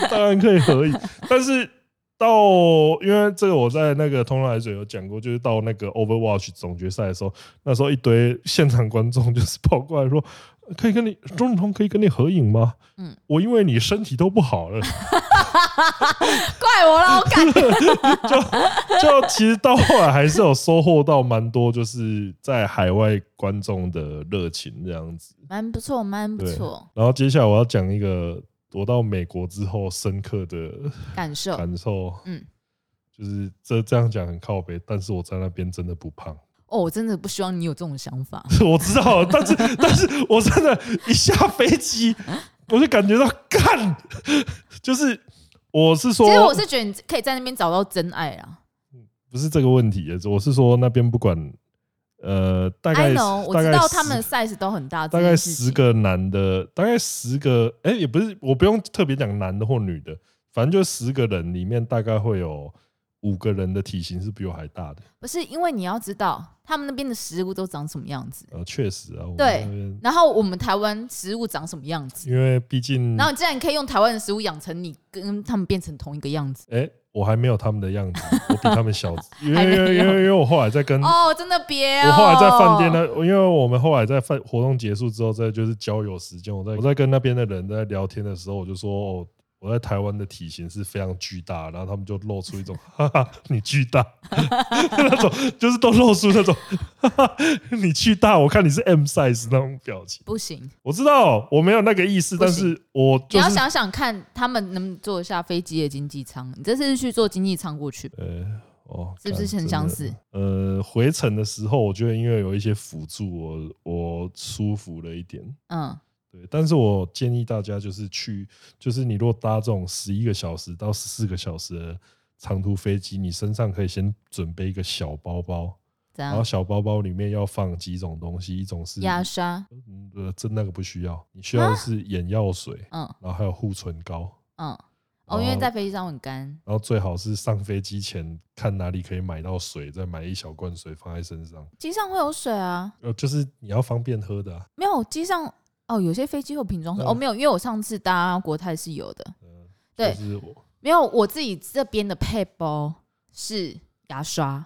Speaker 1: 当然可以合影。但是到因为这个我在那个通来水有讲过，就是到那个 Overwatch 总决赛的时候，那时候一堆现场观众就是跑过来说。可以跟你钟永通可以跟你合影吗？
Speaker 2: 嗯
Speaker 1: 我因为你身体都不好了，
Speaker 2: 怪我了，我感
Speaker 1: 就其实到后来还是有收获到蛮多，就是在海外观众的热情这样子。
Speaker 2: 蛮不错，蛮不
Speaker 1: 对
Speaker 2: 错，
Speaker 1: 然后接下来我要讲一个我到美国之后深刻的
Speaker 2: 感受
Speaker 1: 感受，
Speaker 2: 嗯
Speaker 1: 就是这这样讲很靠北，但是我在那边真的不胖，
Speaker 2: 哦，我真的不希望你有这种想法，
Speaker 1: 我知道，但是 但是我真的，一下飞机
Speaker 2: 啊
Speaker 1: 我就感觉到干， 就是我是说
Speaker 2: 其，实我是觉得你可以在那边找到真爱啊啦。
Speaker 1: 不是这个问题，我是说那边不管，呃，大
Speaker 2: I
Speaker 1: 概
Speaker 2: know，我
Speaker 1: 大
Speaker 2: 知
Speaker 1: 概
Speaker 2: 道
Speaker 1: 十
Speaker 2: 他们的 size 都很大，
Speaker 1: 大
Speaker 2: 这
Speaker 1: 概
Speaker 2: 件事
Speaker 1: 十
Speaker 2: 情。
Speaker 1: 个男的，大概十个，哎、也不是，我不用特别讲男的或女的，反正就十个人里面大概会有五个人的体型是比我还大的。
Speaker 2: 不是因为你要知道他们那边的食物都长什么样子，
Speaker 1: 呃，确实啊，我们
Speaker 2: 对
Speaker 1: 那边
Speaker 2: 然后我们台湾食物长什么样子，
Speaker 1: 因为毕竟，
Speaker 2: 然后你竟然可以用台湾的食物养成你跟他们变成同一个样子，
Speaker 1: 哎、我还没有他们的样子，我比他们小， 因为
Speaker 2: 还
Speaker 1: 因
Speaker 2: 没有
Speaker 1: 为因为因为我后来在跟、
Speaker 2: 哦，真的别哦。
Speaker 1: 嗯我后来在饭店，呢，因为我们后来在饭活动结束之后，再就是交友时间，我在我在跟那边的人在聊天的时候，我就说。哦我在台湾的体型是非常巨大，然后他们就露出一种哈哈你巨大 那种，就是都露出那种哈哈你巨大，我看你是 M size 那种表情。
Speaker 2: 不行，
Speaker 1: 我知道我没有那个意思，
Speaker 2: 不
Speaker 1: 但
Speaker 2: 行
Speaker 1: 是我
Speaker 2: 你
Speaker 1: 就
Speaker 2: 要
Speaker 1: 是
Speaker 2: 想想看，他们能不能坐得下飞机的经济舱？你这次是去坐经济舱过去吧，
Speaker 1: 呃，哦，
Speaker 2: 是不
Speaker 1: 干
Speaker 2: 是很相？
Speaker 1: 真
Speaker 2: 似
Speaker 1: 的？呃，回程的时候，我觉得因为有一些辅助，我我舒服了一点。
Speaker 2: 嗯，
Speaker 1: 对，但是我建议大家就是去，就是你若搭这种十一个小时到十四个小时的长途飞机，你身上可以先准备一个小包包，
Speaker 2: 这
Speaker 1: 然后
Speaker 2: 样
Speaker 1: 小包包里面要放几种东西，一种是
Speaker 2: 压沙，
Speaker 1: 嗯呃，这那个不需要，你需要的是眼药水，
Speaker 2: 嗯
Speaker 1: 然后还有护唇膏，
Speaker 2: 嗯，哦，因为在飞机上很干，
Speaker 1: 然后最好是上飞机前看哪里可以买到水，再买一小罐水放在身上。
Speaker 2: 机上会有水啊，
Speaker 1: 呃，就是你要方便喝的、啊，
Speaker 2: 没有机上哦，有些飞机会有瓶装水、
Speaker 1: 嗯
Speaker 2: 哦，没有，因为我上次搭国泰是有的，
Speaker 1: 嗯，
Speaker 2: 对
Speaker 1: 就是我
Speaker 2: 没有，我自己这边的配包是牙刷，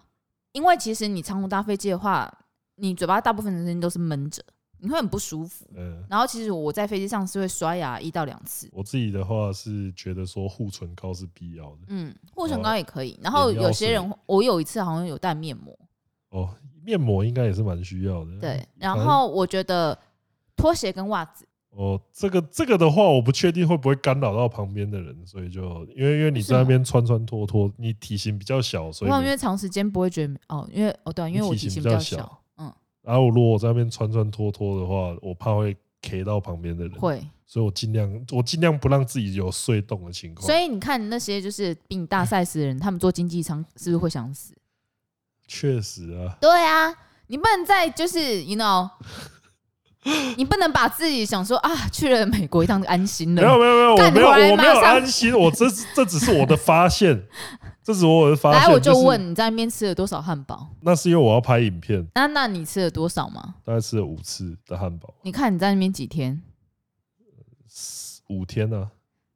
Speaker 2: 因为其实你长途搭飞机的话，你嘴巴大部分的时间都是闷着，你会很不舒服。
Speaker 1: 嗯，
Speaker 2: 然后其实我在飞机上是会刷牙一到两次，
Speaker 1: 我自己的话是觉得说护唇膏是必要的
Speaker 2: 嗯，护唇
Speaker 1: 哦
Speaker 2: 膏也可以。然后
Speaker 1: 眼药
Speaker 2: 有些
Speaker 1: 水
Speaker 2: 人，我有一次好像有带面膜，
Speaker 1: 哦，面膜应该也是蛮需要的。
Speaker 2: 对，
Speaker 1: 嗯
Speaker 2: 然
Speaker 1: 反正
Speaker 2: 后我觉得拖鞋跟袜子
Speaker 1: 哦，这个这个的话，我不确定会不会干扰到旁边的人，所以就因为因为你在那边穿穿脱脱，你体型比较小，所
Speaker 2: 我
Speaker 1: 以
Speaker 2: 想因
Speaker 1: 你
Speaker 2: 为长时间不会觉得哦，因为哦对啊、因为我
Speaker 1: 体型
Speaker 2: 体型
Speaker 1: 比
Speaker 2: 比
Speaker 1: 较
Speaker 2: 较
Speaker 1: 小
Speaker 2: 小，嗯，
Speaker 1: 然后如果我在那边穿穿脱脱的话，我怕会 K 到旁边的人，
Speaker 2: 会。
Speaker 1: 所以我尽量我尽量不让自己有碎洞的情况。
Speaker 2: 所以你看那些就是比你大 size 的人，他们坐经济舱是不是会 想死？
Speaker 1: 确实啊，
Speaker 2: 对啊，你不能再就是 you know，你不能把自己想说啊，去了美国一趟就安心
Speaker 1: 没有
Speaker 2: 了。
Speaker 1: 没有没有，我
Speaker 2: 干
Speaker 1: 没有
Speaker 2: 回来
Speaker 1: 我没有
Speaker 2: 马上
Speaker 1: 安心，我这这只是我的发现，这只是我的发现。，
Speaker 2: 来，我就是问你在那边吃了多少汉堡？
Speaker 1: 那是因为我要拍影片，
Speaker 2: 那那你吃了多少吗？
Speaker 1: 大概吃了五次的汉堡，
Speaker 2: 你看你在那边几天，
Speaker 1: 五天啊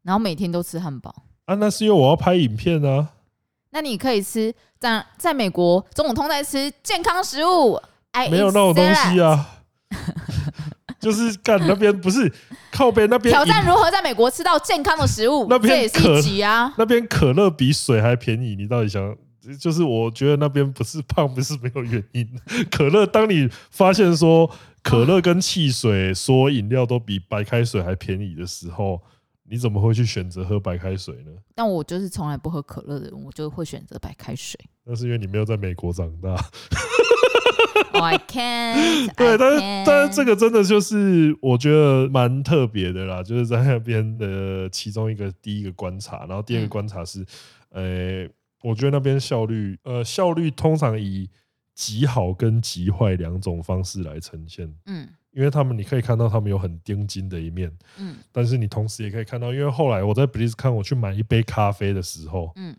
Speaker 2: 然后每天都吃汉堡，
Speaker 1: 啊，那是因为我要拍影片啊。
Speaker 2: 那你可以吃在在美国总统通在吃健康食物。I 哎
Speaker 1: 没有那种
Speaker 2: eat
Speaker 1: 东
Speaker 2: salad
Speaker 1: 西啊。 就是干那边不是靠边那边
Speaker 2: 挑战
Speaker 1: 饮，
Speaker 2: 如何在美国吃到健康的食物
Speaker 1: 那
Speaker 2: 这
Speaker 1: 边
Speaker 2: 也是
Speaker 1: 可
Speaker 2: 一集啊。
Speaker 1: 那边可乐比水还便宜，你到底想？就是我觉得那边不是胖不是没有原因 的。可乐，当你发现说可乐跟汽水、所有饮料都比白开水还便宜的时候，你怎么会去选择喝白开水呢？
Speaker 2: 但我就是从来不喝可乐的人，我就会选择白开水。
Speaker 1: 那是因为你没有在美国长大。
Speaker 2: Oh, I can't
Speaker 1: 对，但
Speaker 2: I
Speaker 1: 是
Speaker 2: can't
Speaker 1: 但是这个真的就是我觉得蛮特别的啦， 就是在那边的其中一个第一个观察，然后第二个
Speaker 2: 嗯
Speaker 1: 观察是，呃，我觉得那边效率，呃，效率通常以极好跟极坏两种方式来呈现，
Speaker 2: 嗯
Speaker 1: 因为他们你可以看到他们有很钉金的一面，
Speaker 2: 嗯
Speaker 1: 但是你同时也可以看到，因为后来我在 Bliss 看我去买一杯咖啡的时候，
Speaker 2: 嗯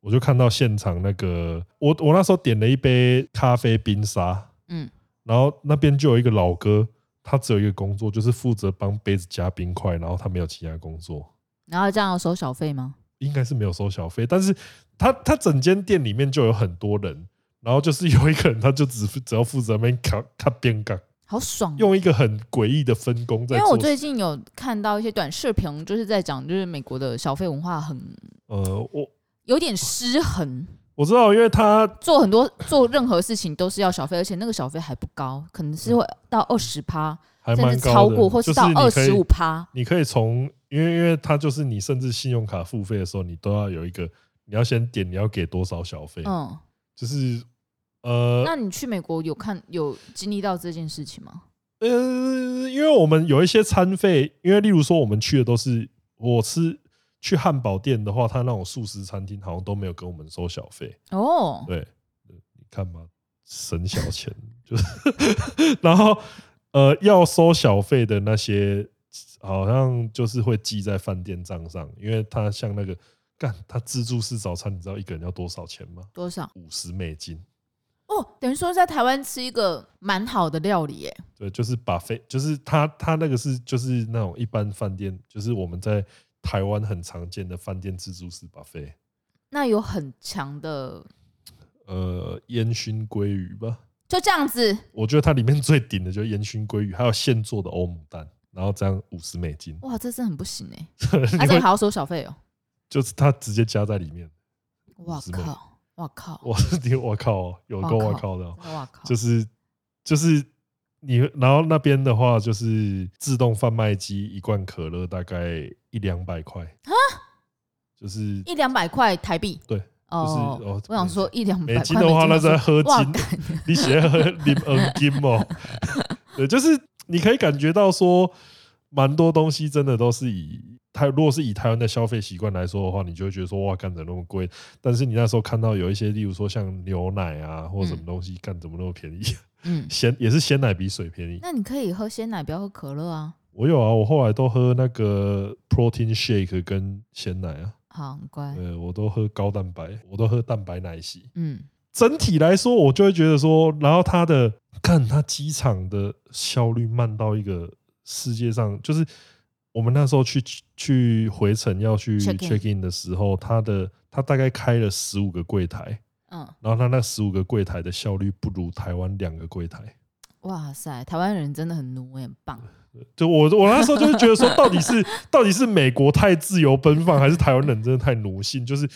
Speaker 1: 我就看到现场那个我我那时候点了一杯咖啡冰沙，
Speaker 2: 嗯，
Speaker 1: 然后那边就有一个老哥，他只有一个工作，就是负责帮杯子加冰块，然后他没有其他工作，
Speaker 2: 然后这样要收小费吗？
Speaker 1: 应该是没有收小费。但是他他整间店里面就有很多人，然后就是有一个人，他就只只要负责那边卡卡边杠，
Speaker 2: 好爽哦、
Speaker 1: 用一个很诡异的分工
Speaker 2: 因
Speaker 1: 在
Speaker 2: 为我
Speaker 1: 做。
Speaker 2: 最近有看到一些短视频，就是在讲，就是美国的小费文化很
Speaker 1: 呃，我
Speaker 2: 有点失衡，
Speaker 1: 我知道，因为他
Speaker 2: 做很多做任何事情都是要小费，而且那个小费还不高，可能是会到二十趴，
Speaker 1: 嗯还
Speaker 2: 甚
Speaker 1: 蛮
Speaker 2: 至
Speaker 1: 高的，
Speaker 2: 超过，或
Speaker 1: 就是
Speaker 2: 到二
Speaker 1: 你可以
Speaker 2: 十五趴。
Speaker 1: 你可以从，因为因为他就是你，甚至信用卡付费的时候，你都要有一个，你要先点你要给多少小费，
Speaker 2: 嗯，
Speaker 1: 就是呃，
Speaker 2: 那你去美国有看有经历到这件事情吗？
Speaker 1: 呃，因为我们有一些餐费，因为例如说我们去的都是我吃去汉堡店的话，他那种素食餐厅好像都没有跟我们收小费。
Speaker 2: 哦，
Speaker 1: 对，你看嘛，省小钱就是 然后呃，要收小费的那些好像就是会记在饭店账上，因为他像那个干他自助式早餐，你知道一个人要多少钱吗？
Speaker 2: 多少？
Speaker 1: 五十美金。
Speaker 2: 哦，等于说在台湾吃一个蛮好的料理耶。
Speaker 1: 对，就是把飞，就是他他那个是就是那种一般饭店，就是我们在台湾很常见的饭店自助式把飞，
Speaker 2: 那有很强的，
Speaker 1: 呃，烟熏鲑鱼吧，
Speaker 2: 就这样子，
Speaker 1: 我觉得它里面最顶的就是烟熏鲑鱼，还有现做的欧姆蛋，然后这样五十美金，
Speaker 2: 哇，这真的很不行 哎、
Speaker 1: 你
Speaker 2: 啊，这
Speaker 1: 会
Speaker 2: 个还要收小费哦、
Speaker 1: 就是它直接加在里面，
Speaker 2: 哇
Speaker 1: 是吗
Speaker 2: 靠，哇靠，
Speaker 1: 我你我靠，有
Speaker 2: 哇
Speaker 1: 够我
Speaker 2: 靠
Speaker 1: 靠的哦，
Speaker 2: 真的哇靠，
Speaker 1: 就是就是你，然后那边的话就是自动贩卖机一罐可乐大概一两百块啊，就是
Speaker 2: 一两百块台币。
Speaker 1: 对，
Speaker 2: 哦，
Speaker 1: 就是哦
Speaker 2: 我想说一两百
Speaker 1: 美
Speaker 2: 块
Speaker 1: 金的话，那
Speaker 2: 美
Speaker 1: 是在喝
Speaker 2: 哇
Speaker 1: 金，
Speaker 2: 干
Speaker 1: 你写喝零嗯金哦。对，就是你可以感觉到说，蛮多东西真的都是以台，如果是以台湾的消费习惯来说的话，你就会觉得说哇，干怎么那么贵？但是你那时候看到有一些，例如说像牛奶啊，或者什么东西，干怎么那么便宜？
Speaker 2: 嗯，
Speaker 1: 鲜也是鲜奶比水便宜。
Speaker 2: 那你可以喝鲜奶，不要喝可乐啊。
Speaker 1: 我有啊，我后来都喝那个 protein shake 跟鲜奶啊，
Speaker 2: 好，很乖。
Speaker 1: 呃，我都喝高蛋白，我都喝蛋白奶昔。
Speaker 2: 嗯，
Speaker 1: 整体来说，我就会觉得说，然后它的看它机场的效率慢到一个世界上，就是我们那时候去去回程要去
Speaker 2: Check in
Speaker 1: check in 的时候，它的它大概开了十五个柜台，
Speaker 2: 嗯，
Speaker 1: 然后他那十五个柜台的效率不如台湾两个柜台。
Speaker 2: 哇塞，台湾人真的很努力，很棒。
Speaker 1: 就我我那时候就是觉得说，到底是 到底是美国太自由奔放，还是台湾人真的太奴性？就是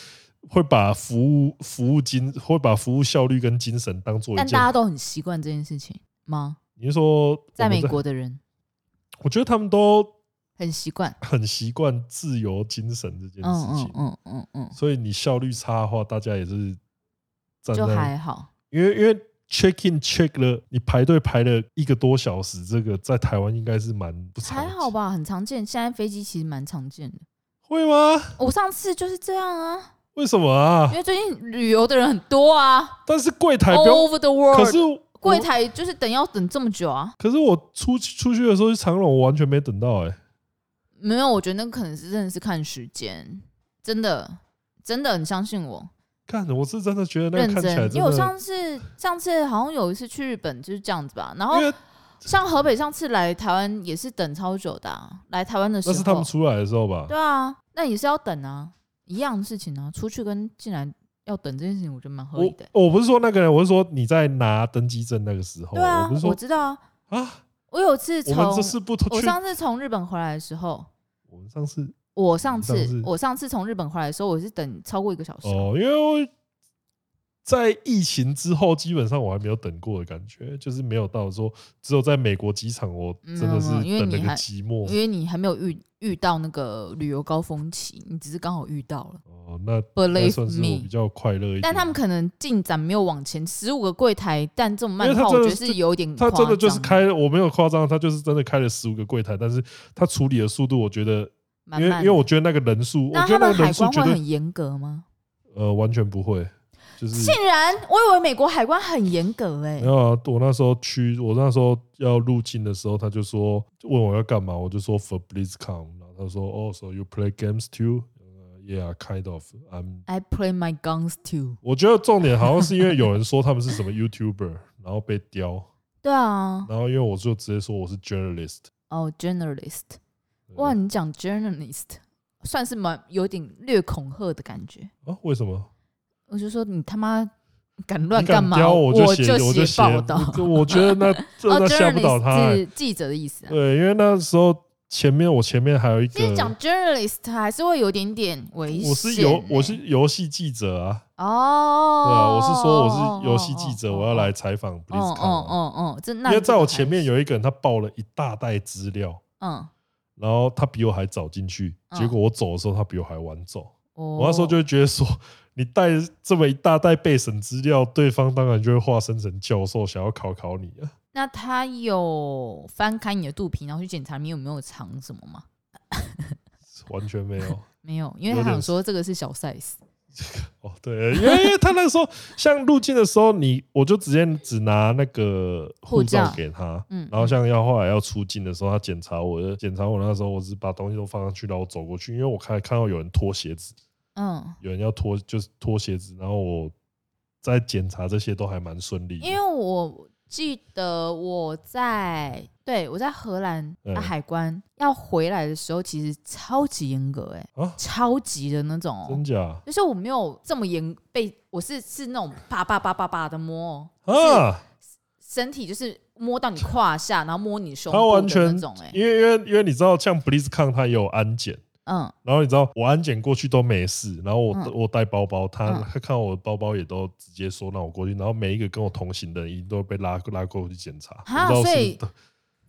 Speaker 1: 会把服务服务精会把服务效率跟精神当做一
Speaker 2: 但大
Speaker 1: 件。
Speaker 2: 家都很习惯这件事情吗？
Speaker 1: 你是说
Speaker 2: 在
Speaker 1: 我们
Speaker 2: 美国的人
Speaker 1: 我觉得他们都
Speaker 2: 很 习惯。
Speaker 1: 很习惯自由精神这件
Speaker 2: 嗯
Speaker 1: 事情
Speaker 2: 嗯，嗯嗯嗯，
Speaker 1: 所以你效率差的话，大家也是站
Speaker 2: 就
Speaker 1: 在
Speaker 2: 还好。
Speaker 1: 因为因为 check in check 了，你排队排了一个多小时，这个在台湾应该是蛮不常
Speaker 2: 还
Speaker 1: 见
Speaker 2: 好？吧，很常见。现在飞机其实蛮常见的。
Speaker 1: 会吗？
Speaker 2: 我上次就是这样啊，
Speaker 1: 为什么啊
Speaker 2: 因？为最近旅游的人很多啊
Speaker 1: 但是柜台不
Speaker 2: ，all
Speaker 1: 用，
Speaker 2: over the
Speaker 1: 可是
Speaker 2: world。
Speaker 1: 我
Speaker 2: 柜台就是等要等这么久啊？
Speaker 1: 可是我出去出去的时候去长隆，我完全没等到哎、
Speaker 2: 没有，我觉得那可能是真的是看时间，真的真的很相信我，
Speaker 1: 看，我是真的觉得那
Speaker 2: 认
Speaker 1: 个看起来
Speaker 2: 真。因
Speaker 1: 真
Speaker 2: 为我
Speaker 1: 的，
Speaker 2: 上次上次好像有一次去日本就是这样子吧，然后
Speaker 1: 因为
Speaker 2: 像河北上次来台湾也是等超久的、啊，来台湾的时
Speaker 1: 那
Speaker 2: 候，
Speaker 1: 是他们出来的时候吧？
Speaker 2: 对啊，那也是要等啊，一样的事情啊，出去跟进来要等这件事情，我觉得蛮合理
Speaker 1: 我哦
Speaker 2: 的欸、
Speaker 1: 我不是说那个人，我是说你在拿登机证那个时候，
Speaker 2: 对啊
Speaker 1: 我不是，
Speaker 2: 我
Speaker 1: 说
Speaker 2: 知道啊，
Speaker 1: 啊，
Speaker 2: 我有次
Speaker 1: 我
Speaker 2: 从
Speaker 1: 们这次不去，
Speaker 2: 我上次从日本回来的时候，
Speaker 1: 我们上次
Speaker 2: 我上次
Speaker 1: 上次
Speaker 2: 我上次从日本回来的时候，我是等超过一个小时啊，
Speaker 1: 哦，因为我在疫情之后，基本上我还没有等过的感觉，就是没有到说只有在美国机场，我真的是
Speaker 2: 嗯因为
Speaker 1: 等了
Speaker 2: 你
Speaker 1: 个
Speaker 2: 还
Speaker 1: 寂寞
Speaker 2: 因。为你还没有遇遇到那个旅游高峰期，你只是刚好遇到了。
Speaker 1: 哦，那那
Speaker 2: Believe
Speaker 1: 算是我比
Speaker 2: me，
Speaker 1: 较快乐一点。啊
Speaker 2: 但他们可能进展没有往前，十五个柜台，但这么慢
Speaker 1: 因
Speaker 2: 的
Speaker 1: 为他
Speaker 2: 话，
Speaker 1: 真
Speaker 2: 我
Speaker 1: 的
Speaker 2: 觉得
Speaker 1: 是
Speaker 2: 是有点
Speaker 1: 他真的就
Speaker 2: 夸
Speaker 1: 是
Speaker 2: 张
Speaker 1: 开了，我没有夸张，他就是真的开了十五个柜台，但是他处理的速度，我觉得，因
Speaker 2: 慢
Speaker 1: 为因
Speaker 2: 慢
Speaker 1: 为我觉得那个人数，我
Speaker 2: 那
Speaker 1: 觉
Speaker 2: 他
Speaker 1: 得那
Speaker 2: 们
Speaker 1: 个
Speaker 2: 海
Speaker 1: 人数
Speaker 2: 关
Speaker 1: 绝
Speaker 2: 会
Speaker 1: 对
Speaker 2: 很严格吗？
Speaker 1: 呃完全不会，就是
Speaker 2: 竟然，我以为美国海关很严格哎、
Speaker 1: 没有啊，我那时候去，我那时候要入境的时候，他就说问我要干嘛，我就说 for BlizzCon，然后他说哦、s o you play games too？呃、yeah，kind of。I'm。
Speaker 2: I play my guns too。
Speaker 1: 我觉得重点好像是因为有人说他们是什么 YouTuber，然后被刁，
Speaker 2: 对啊，
Speaker 1: 然后因为我就直接说我是 journalist。
Speaker 2: 哦、j o u r n a l i s t
Speaker 1: 对
Speaker 2: 哇，！你讲 journalist 算是蛮有点略恐吓的感觉。
Speaker 1: 啊，为什么？
Speaker 2: 我就说你他妈敢
Speaker 1: 你
Speaker 2: 乱干
Speaker 1: 敢
Speaker 2: 嘛？
Speaker 1: 刁
Speaker 2: 我
Speaker 1: 就写，我
Speaker 2: 写
Speaker 1: 写
Speaker 2: 报道。
Speaker 1: 我我觉得 那这
Speaker 2: 哦
Speaker 1: 那吓不倒他、
Speaker 2: ，journalist
Speaker 1: 欸。
Speaker 2: 是记者的意思啊。
Speaker 1: 对，因为那时候前面我前面还有一
Speaker 2: 其实讲
Speaker 1: 个，
Speaker 2: journalist 还是会有点点危险欸、
Speaker 1: 我是游我是游戏记者啊。
Speaker 2: 哦，
Speaker 1: 对啊，我是说我是游戏记者，
Speaker 2: 哦
Speaker 1: 我要来。采访
Speaker 2: 哦哦
Speaker 1: BlizzCon，啊、
Speaker 2: 哦哦，这那
Speaker 1: 因为在我前
Speaker 2: 这
Speaker 1: 面
Speaker 2: 个
Speaker 1: 有一个人，他报了一大袋资料，
Speaker 2: 还嗯，
Speaker 1: 然后他比我还早进去，
Speaker 2: 嗯哦
Speaker 1: 结果我走的时候他比我还晚走。
Speaker 2: 我
Speaker 1: 我那时候就会觉得说，你带这么一大袋备审资料，对方当然就会化身成教授，想要考考你啊。
Speaker 2: 那他有翻开你的肚皮，然后去检查你有没有藏什么吗？
Speaker 1: 完全没有
Speaker 2: 没有，因为
Speaker 1: 有
Speaker 2: 他
Speaker 1: 点
Speaker 2: 想说这个是小 size。
Speaker 1: 哦，对，因为因为他那时候像入境的时候，你我就直接只拿那个护
Speaker 2: 护照
Speaker 1: 照给他，
Speaker 2: 嗯，
Speaker 1: 然后像要后来要出境的时候，他检查我的，检查我那时候，我只把东西都放上去，然后我走过去，因为我看看到有人脱鞋子，
Speaker 2: 嗯，
Speaker 1: 有人要脱就是脱鞋子，然后我在检查这些都还蛮顺利的。
Speaker 2: 因为我记得我在对我在荷兰、
Speaker 1: 嗯
Speaker 2: 啊海关要回来的时候，其实超级严格、欸，
Speaker 1: 啊，
Speaker 2: 超级的那种哦、
Speaker 1: 真假啊
Speaker 2: 就是我没有这么严被，我是是那种叭叭叭叭叭的摸哦，
Speaker 1: 啊？
Speaker 2: 身体就是摸到你胯下，然后摸你胸部
Speaker 1: 他完
Speaker 2: 的
Speaker 1: 全
Speaker 2: 那种、欸，哎，
Speaker 1: 因为因为因为你知道，像 BlizzCon 他也有安检，
Speaker 2: 嗯，
Speaker 1: 然后你知道我安检过去都没事，然后我、
Speaker 2: 嗯
Speaker 1: 我带包包，他
Speaker 2: 嗯
Speaker 1: 他看我的包包也都直接说让我过去，然后每一个跟我同行的人一定都被拉拉过去检查，
Speaker 2: 啊
Speaker 1: 你知道
Speaker 2: 所
Speaker 1: 是不
Speaker 2: 以
Speaker 1: 是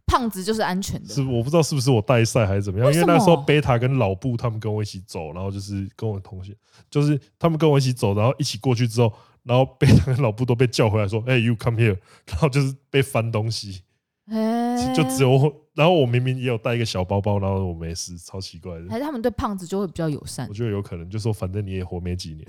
Speaker 2: 胖子就是安全的
Speaker 1: 是，我不知道是不是我带赛还是怎么样，
Speaker 2: 为
Speaker 1: 因
Speaker 2: 什么
Speaker 1: 为那时候贝塔跟老布他们跟我一起走，然后就是跟我同学，就是他们跟我一起走，然后一起过去之后，然后贝塔跟老布都被叫回来说：“哎、y o u come here。”然 后就是被翻东西，
Speaker 2: 哎，
Speaker 1: 就只有我。然后我明明也有带一个小包包，然后我没事，超奇怪的。
Speaker 2: 还是他们对胖子就会比较友善
Speaker 1: 我。觉得有可能，就说反正你也活没几年，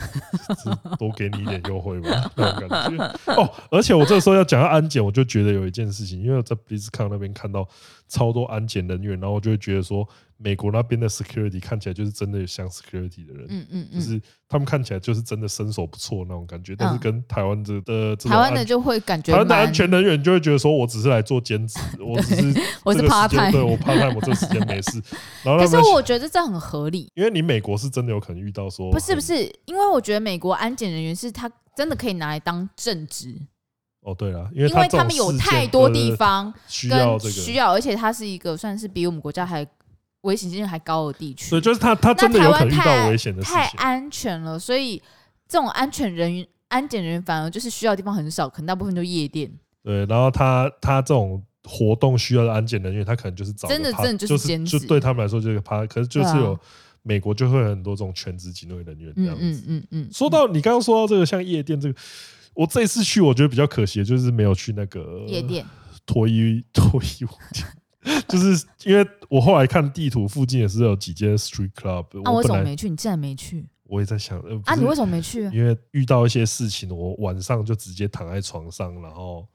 Speaker 1: 就是多给你一点优惠吧，那种感觉。哦，而且我这时候要讲到安检，我就觉得有一件事情，因为我在 BlizzCon 那边看到，超多安检人员，然后我就会觉得说，美国那边的 security 看起来就是真的像 security 的人，
Speaker 2: 嗯嗯
Speaker 1: 就
Speaker 2: 嗯，
Speaker 1: 是他们看起来就是真的身手不错那种感觉，但是
Speaker 2: 嗯
Speaker 1: 跟台湾的的这种
Speaker 2: 台湾的
Speaker 1: 安
Speaker 2: 就会感觉
Speaker 1: 台湾的
Speaker 2: 蛮
Speaker 1: 安全人员就会觉得说，我只是来做兼职，我只是
Speaker 2: 我是
Speaker 1: 这个时
Speaker 2: part
Speaker 1: 间
Speaker 2: time，
Speaker 1: 对我 part time，我这个时间没事。然后他
Speaker 2: 可是
Speaker 1: 们
Speaker 2: 我觉得这很合理，
Speaker 1: 因为你美国是真的有可能遇到说，
Speaker 2: 不是不是，因为我觉得美国安检人员是他真的可以拿来当正职，
Speaker 1: 哦，对了，因为
Speaker 2: 因为
Speaker 1: 这种
Speaker 2: 他们有
Speaker 1: 事件
Speaker 2: 太多
Speaker 1: 对对
Speaker 2: 地
Speaker 1: 对
Speaker 2: 方
Speaker 1: 需要
Speaker 2: 跟
Speaker 1: 这
Speaker 2: 需
Speaker 1: 个，
Speaker 2: 要，而且它是一个算是比我们国家还危险性还高的地区，
Speaker 1: 所以就是他他真的有可能遇到危险的事
Speaker 2: 太
Speaker 1: 情。
Speaker 2: 安全了，所以这种安全人员、安检人员反而就是需要的地方很少，可能大部分就夜店。
Speaker 1: 对，然后他他这种活动需要的安检人员，他可能就是找个
Speaker 2: 真的
Speaker 1: part-
Speaker 2: 真的就是
Speaker 1: 就是
Speaker 2: 兼
Speaker 1: 就
Speaker 2: 职
Speaker 1: 对他们来说就是个趴，可是就是
Speaker 2: 对啊
Speaker 1: 有美国就会有很多这种全职警卫人员这
Speaker 2: 嗯
Speaker 1: 样子
Speaker 2: 嗯。嗯嗯，
Speaker 1: 说到你刚刚说到这个，像夜店这个，我这一次去，我觉得比较可惜，的就是没有去那个
Speaker 2: 夜店，
Speaker 1: 脱衣脱衣舞店，就是因为我后来看地图，附近也是有几间 street club，
Speaker 2: 啊，
Speaker 1: 我
Speaker 2: 我怎么
Speaker 1: 本来
Speaker 2: 没去？你竟然没去
Speaker 1: 我也在想，呃
Speaker 2: 啊？
Speaker 1: 不是
Speaker 2: 你为什么没 去？
Speaker 1: 因为遇到一些事情，我晚上就直接躺在床上，然后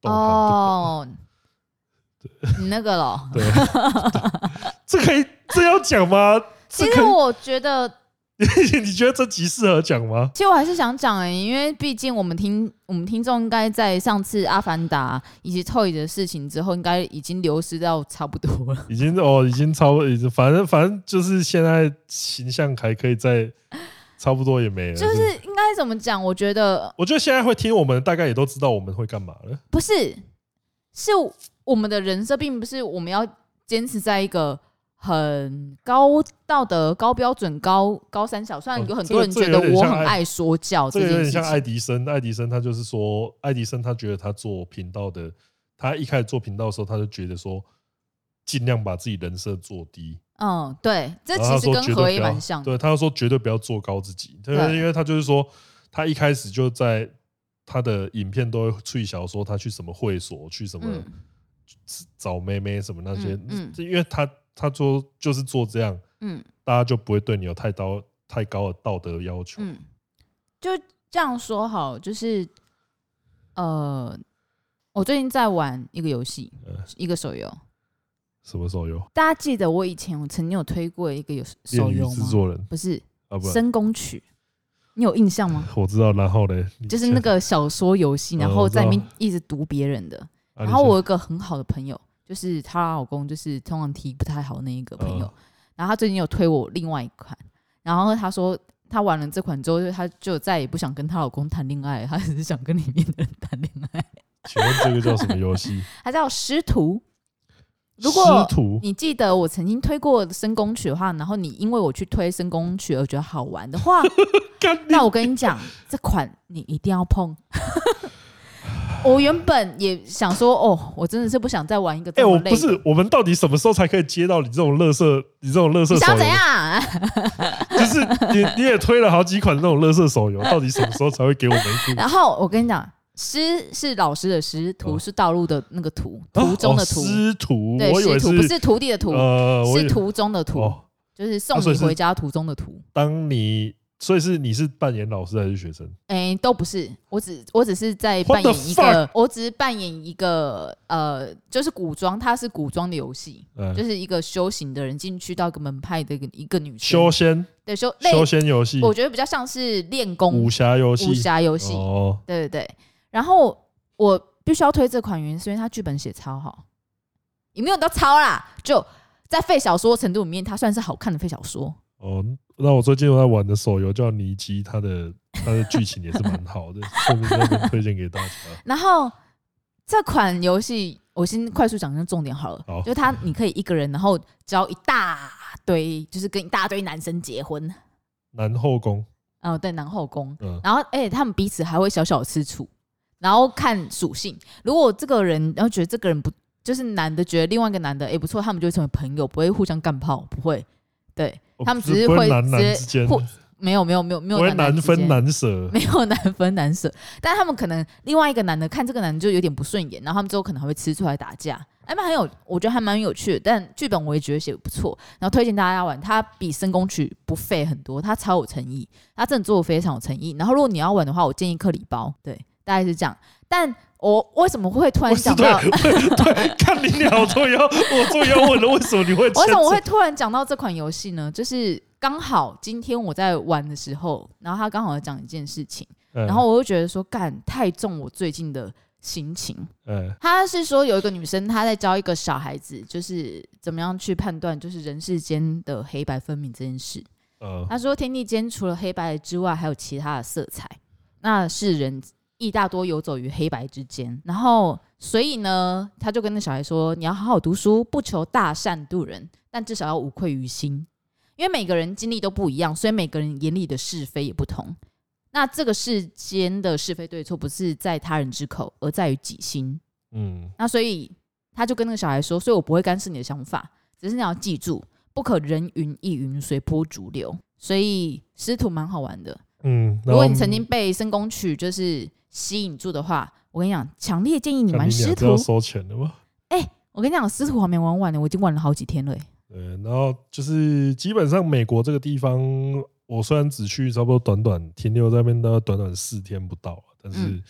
Speaker 1: 动弹不得。
Speaker 2: 哦，你那个咯。
Speaker 1: 对，这可以这要讲吗？ 这
Speaker 2: 其实
Speaker 1: 可
Speaker 2: 我觉得，
Speaker 1: 以， 你觉得这集适合讲吗？
Speaker 2: 其实我还是想讲哎、因为毕竟我们听我们听众应该在上次《阿凡达》以及《Toy》的事情之后，应该已经流失到差不多了。
Speaker 1: 已经哦，已经差不多，已经反正反正就是现在形象还可以再差不多也没了。
Speaker 2: 就是应该怎么讲？我觉得
Speaker 1: 我觉得现在会听我们，大概也都知道我们会干嘛了。
Speaker 2: 不是，是我们的人设，并不是我们要坚持在一个很高道德、高标准、高高三小。虽然
Speaker 1: 哦
Speaker 2: 有很
Speaker 1: 这
Speaker 2: 多
Speaker 1: 个
Speaker 2: 人
Speaker 1: 这个
Speaker 2: 觉得
Speaker 1: 有点
Speaker 2: 我
Speaker 1: 像
Speaker 2: 很
Speaker 1: 爱
Speaker 2: 爱说教
Speaker 1: 这个
Speaker 2: 这
Speaker 1: 有
Speaker 2: 件
Speaker 1: 点
Speaker 2: 事
Speaker 1: 像
Speaker 2: 情，
Speaker 1: 爱迪生，爱迪生他就是说，爱迪生他觉得他做频道的，他一开始做频道的时候，他就觉得说，尽量把自己人设做低。
Speaker 2: 嗯，对，这
Speaker 1: 然后
Speaker 2: 其
Speaker 1: 哦他说
Speaker 2: 实跟
Speaker 1: 绝
Speaker 2: 何
Speaker 1: 对
Speaker 2: 也
Speaker 1: 不要
Speaker 2: 蛮像的，
Speaker 1: 对，他说绝对不要做高自己，对，
Speaker 2: 对
Speaker 1: 因为他就是说，他一开始就在他的影片都会吹小说，他去什么会所，去什么、
Speaker 2: 嗯
Speaker 1: 找妹妹什么那些，
Speaker 2: 嗯嗯
Speaker 1: 因为他他说就是做这样，
Speaker 2: 嗯
Speaker 1: 大家就不会对你有太高太高的道德要求。
Speaker 2: 嗯，就这样说好，就是呃，我最近在玩一个游戏，
Speaker 1: 呃，
Speaker 2: 一个手游。
Speaker 1: 什么手游？
Speaker 2: 大家记得我以前我曾经有推过一个有手
Speaker 1: 恋与
Speaker 2: 游
Speaker 1: 制
Speaker 2: 吗？
Speaker 1: 作人
Speaker 2: 不是
Speaker 1: 啊，不
Speaker 2: 《
Speaker 1: 然，
Speaker 2: 深宫曲》，你有印象 吗？
Speaker 1: 我知道。然后嘞，你
Speaker 2: 就是
Speaker 1: 先
Speaker 2: 那，个小说游戏，
Speaker 1: 嗯
Speaker 2: 然后
Speaker 1: 我知
Speaker 2: 在里面
Speaker 1: 道
Speaker 2: 一直读别人的。
Speaker 1: 啊
Speaker 2: 然后我有一个很好的朋友，就是她老公就是通常踢不太好那一个朋友
Speaker 1: 嗯，
Speaker 2: 然后她最近有推我另外一款，然后她说。她玩了这款之后，就她就再也不想跟她老公谈恋爱，她只是想跟里面的人谈恋爱。
Speaker 1: 请问这个叫什么游戏？
Speaker 2: 她叫师
Speaker 1: 哦
Speaker 2: 徒， 如果
Speaker 1: 师徒
Speaker 2: 你记得我曾经推过《深宫曲》的话，然后你因为我去推《深宫曲》而觉得好玩的话，
Speaker 1: 干你
Speaker 2: 那我跟你讲，这款你一定要碰。 我原本也想说，哦，我真的是不想再玩一个
Speaker 1: 哎、
Speaker 2: 这么
Speaker 1: 我
Speaker 2: 累的。
Speaker 1: 不是，我们到底什么时候才可以接到你这种乐色，你这种乐色
Speaker 2: 你
Speaker 1: 手
Speaker 2: 想要
Speaker 1: 游嗯
Speaker 2: 怎？
Speaker 1: 就
Speaker 2: 样？
Speaker 1: 是你你也推了好几款那种乐色手 游，到底什么时候才会给我们一部？
Speaker 2: 然后我跟你讲，师是老师的师，徒
Speaker 1: 哦
Speaker 2: 是道路的那个途，途中的
Speaker 1: 哦
Speaker 2: 途，
Speaker 1: 师徒，
Speaker 2: 对，
Speaker 1: 我以为
Speaker 2: 师徒不是徒弟的徒，
Speaker 1: 呃，我以
Speaker 2: 是途中的途，
Speaker 1: 哦。
Speaker 2: 就是
Speaker 1: 啊
Speaker 2: 送
Speaker 1: 所以
Speaker 2: 你
Speaker 1: 是
Speaker 2: 回家途中的途。
Speaker 1: 当你所以是你是扮演老师还是学生？
Speaker 2: 哎、都不是，我只我只是在
Speaker 1: What
Speaker 2: 扮
Speaker 1: the
Speaker 2: 演一个，我只是扮演一个呃，就是古装，它是古装的游戏，
Speaker 1: 嗯、
Speaker 2: 就是一个修行的人进去到一个门派的一个一个女
Speaker 1: 修
Speaker 2: 生，
Speaker 1: 仙
Speaker 2: 对修类，
Speaker 1: 修仙游戏，
Speaker 2: 我觉得比较像是练功
Speaker 1: 武侠游戏，
Speaker 2: 武侠游戏，
Speaker 1: 哦，
Speaker 2: 对对对。然后我必须要推这款原因，是因为它剧本写超好，也没有到超啦，就在废小说程度里面，它算是好看的废小说。
Speaker 1: 哦，那我最近有在玩的手游叫《尼基》，它的它的剧情也是蛮好的，顺便在这边推荐给大家。
Speaker 2: 然后这款游戏，我先快速讲一下重点好了，
Speaker 1: 好
Speaker 2: 就是它你可以一个人，然后交一大堆，就是跟一大堆男生结婚，
Speaker 1: 南后宫，
Speaker 2: 哦、对，男后宫，
Speaker 1: 嗯
Speaker 2: 然后哎、欸他们彼此还会小小吃醋，然后看属性。如果这个人，然后觉得这个人不，就是男的觉得另外一个男的也、欸不错，他们就会成为朋友，不会互相干炮，不会。对，
Speaker 1: 哦
Speaker 2: 他们只
Speaker 1: 就是不
Speaker 2: 会
Speaker 1: 男男
Speaker 2: 直
Speaker 1: 之
Speaker 2: 接
Speaker 1: 间，
Speaker 2: 互
Speaker 1: 不，
Speaker 2: 没有没有没有没有
Speaker 1: 会
Speaker 2: 男
Speaker 1: 难
Speaker 2: 之
Speaker 1: 分
Speaker 2: 间，
Speaker 1: 难舍。
Speaker 2: 没有难分难舍。但他们可能另外一个男的看这个男的就有点不顺眼，然后他们之后可能还会吃醋来打架。哎，蛮很有，我觉得还蛮有趣的。但剧本我也觉得写得不错，然后推荐大家玩。它比《深宫曲》不费很多，它超有诚意，它真的做的非常有诚意。然后如果你要玩的话，我建议克里包，对大概是这样。但我为什么会突然
Speaker 1: 不是
Speaker 2: 想
Speaker 1: 对
Speaker 2: 到？
Speaker 1: 对 对，看你聊终于要，我终于要问了，为什么你会牵扯？
Speaker 2: 为什么我会突然讲到这款游戏呢？就是刚好今天我在玩的时候，然后他刚好讲一件事情，
Speaker 1: 嗯？
Speaker 2: 然后我就觉得说，干太重我最近的心情。
Speaker 1: 嗯，
Speaker 2: 他是说有一个女生，她在教一个小孩子，就是怎么样去判断就是人世间的黑白分明这件事。
Speaker 1: 呃，
Speaker 2: 他说，天地间除了黑白之外，还有其他的色彩，那是人亦大多游走于黑白之间。然后，所以呢，他就跟那小孩说：“你要好好读书，不求大善度人，但至少要无愧于心，因为每个人经历都不一样，所以每个人眼里的是非也不同。那这个世间的是非对错，不是在他人之口，而在于己心。
Speaker 1: 嗯，
Speaker 2: 那所以他就跟那个小孩说，所以我不会干涉你的想法，只是你要记住，不可人云亦云，随波逐流。所以师徒蛮好玩的。
Speaker 1: 嗯，
Speaker 2: 如
Speaker 1: 然
Speaker 2: 果
Speaker 1: 后
Speaker 2: 你曾经被深宫曲就是吸引住的话，我跟你讲，强烈建议你
Speaker 1: 干
Speaker 2: 玩
Speaker 1: 你
Speaker 2: 师
Speaker 1: 俩这
Speaker 2: 徒
Speaker 1: 啊要。收钱的吗？
Speaker 2: 我跟你讲，师徒还没玩完呢，我已经玩了好几天了欸、
Speaker 1: 对，然后就是基本上美国这个地方，我虽然只去差不多短短停留在那边的短短四天不到，但是，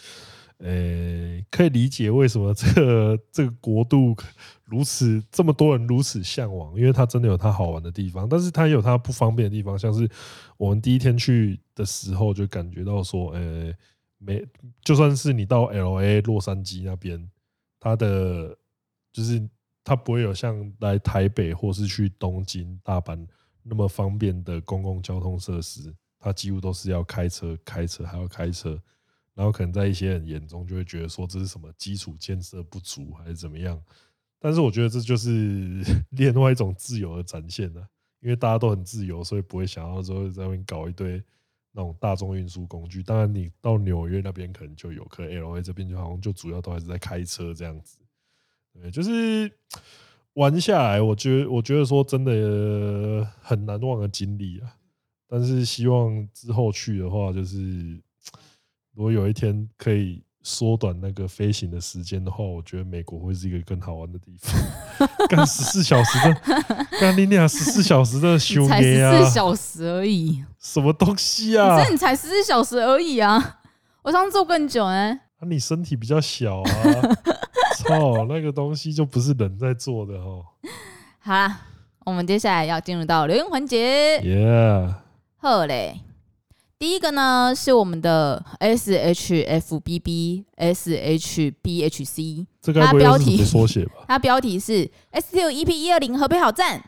Speaker 1: 呃、可以理解为什么这个这个国度如此这么多人如此向往，因为它真的有它好玩的地方，但是它也有它不方便的地方，像是我们第一天去的时候就感觉到说，呃，没就算是你到 L A 洛杉矶那边，它的就是它不会有像来台北或是去东京、大阪那么方便的公共交通设施，它几乎都是要开车、开车还要开车，然后可能在一些人眼中就会觉得说这是什么基础建设不足还是怎么样，但是我觉得这就是 另外一种自由的展现呢、因为大家都很自由，所以不会想要说在那边搞一堆那种大众运输工具。当然，你到纽约那边可能就有，可 L A 这边就好像就主要都还是在开车这样子。对，就是玩下来，我觉得我觉得说真的呃很难忘的经历啊。但是希望之后去的话，就是如果有一天可以缩短那个飞行的时间的话，我觉得美国会是一个更好玩的地方。干十四小时的，干你俩十四小时的休
Speaker 2: 你才
Speaker 1: 眠
Speaker 2: 十
Speaker 1: 啊
Speaker 2: 四，小时而已，
Speaker 1: 什么东西
Speaker 2: 可
Speaker 1: 啊？
Speaker 2: 是你才十四小时而已啊！我上次做更久哎、
Speaker 1: 啊，你身体比较小 啊，操，那个东西就不是人在做的哦。
Speaker 2: 好啦，我们接下来要进入到留言环节。
Speaker 1: Yeah，
Speaker 2: 好嘞，第一个呢是我们的 S H F B B S H B H C，
Speaker 1: 这该不会
Speaker 2: 它标
Speaker 1: 又是
Speaker 2: 题
Speaker 1: 什么缩写吧？
Speaker 2: 它标题是 S Q E P 一二零河北好赞。